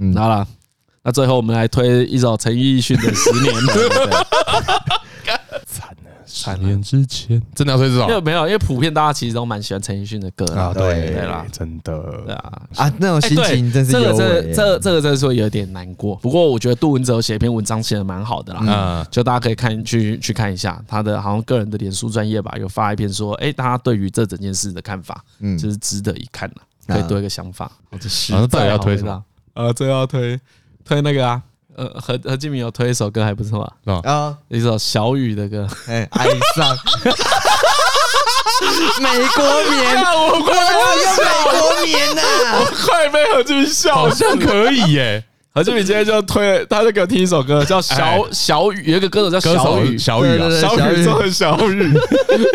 E: 嗯
B: 好啦，那最后我们来推一首陈奕迅的《十 年》
E: 啊
A: 惨了，十年之前真的要推这
B: 因为
A: 首
B: 没有，因为普遍大家其实都蛮喜欢陈奕迅的歌
A: 啊？
B: 啦。
A: 对
B: 对啦
A: 真
B: 对
A: 的，
B: 啊，
E: 啊，那种
B: 哎
E: 心
B: 对
E: 情真是
B: 这
E: 有
B: 个这
E: 味
B: 个这个
E: 欸
B: 这个真的说有点难过。不过我觉得杜文泽有写一篇文章写的蛮好的啦，
A: 嗯
B: 就大家可以看去去看一下他的好像个人的脸书专业吧，有发一篇说，哎、大家对于这整件事的看法，嗯，就是值得一看了，可以多一个想法。
E: 哦
A: 然后到
B: 再
A: 底要推什么？？
B: 呃，最后要推推那个啊，呃，何何敬明有推一首歌还不错啊，
E: 啊，
B: 一首小雨的 歌。
E: 哎，爱 上美国棉，
B: 哎 我快
E: 哇，用美国棉啊呐！
B: 快被何敬明笑
A: 好像可以耶、
B: 何敬明今天就推，他就给我听一首歌叫小
A: 哎
B: 小雨，有一个歌手叫
A: 歌
B: 小
A: 手。
B: 雨
A: 小雨啊
E: 对对，对
B: 小
E: 小
B: 雨
E: 雨
B: 中的小雨，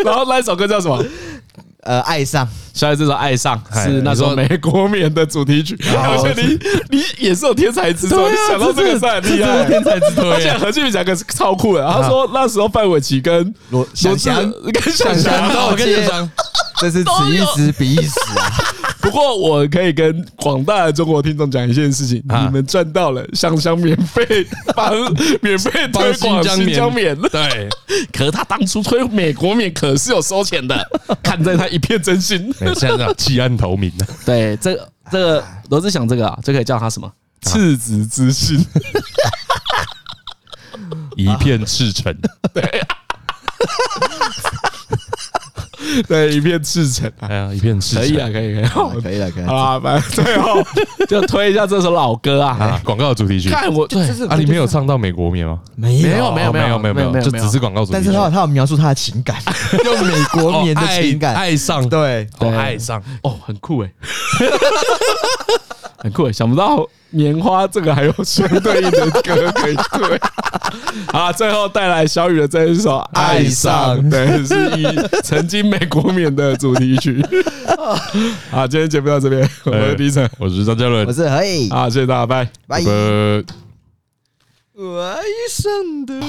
B: 然后那一首歌叫什么？
E: 呃，爱上
B: 小雨这首《爱上》
A: 哎
B: 是那
A: 你
B: 首
A: 说
B: 美国棉的主题 曲，而且你你也是有天才之作，你想到这个是很厉害，天才之作。啊而且何俊宇讲个超酷的，他说那时候范玮琪跟
E: 罗
B: 罗
E: 想
B: 志
E: 想，
B: 跟想
E: 想
B: 翔，
E: 到
B: 哦我跟你
E: 街
B: 讲，
E: 这是此一时彼一时啊！
B: 不过我可以跟广大的中国听众讲一件事情，
A: 啊
B: 你们赚到了香香免费 帮免费推广新疆棉，
A: 对，
B: 可是他当初推美国棉可是有收钱 的，看在他一片真心。
A: 哎现在这样弃暗投明啊了，
B: 对，这个这个罗志祥这个啊，这可以叫他什么？ 赤子之心。
A: 一片赤诚，
B: 对，一片赤诚啊，
A: 哎呀，一片赤诚，
B: 可以啊，可以，可以， 好
E: 可以了，可以了。
B: 啊，反正最后 就推一下这首老歌啊
A: 啊，，广告的主题曲。
B: 看我对，
A: 啊，里面有唱到美国棉吗？
E: 没
B: 没有，没有，
A: 哦
B: 有，
A: 没
B: 啊没
A: 有，没有，
B: 没
A: 就
B: 有，
A: 只是广告主题
E: 但
A: 曲。
E: 是他有他有描述他的情感，用美国棉的情
A: 哦爱
E: 感，
A: 爱上，
E: 对，
A: 哦
B: 对
A: 爱上，
B: 欸 哦，很酷哎，很酷哎，想不到棉花这个还有相对应的歌可以 对。好，啊最后带来小雨的这一首《爱上》，对，是以曾经美国冕的主题 曲。好，今天节目到这边，我是李晨，
A: 我是张嘉伦
E: 我，是何以，
B: 好，谢谢大家，拜。
E: 拜。
A: 拜。
C: 我爱上的。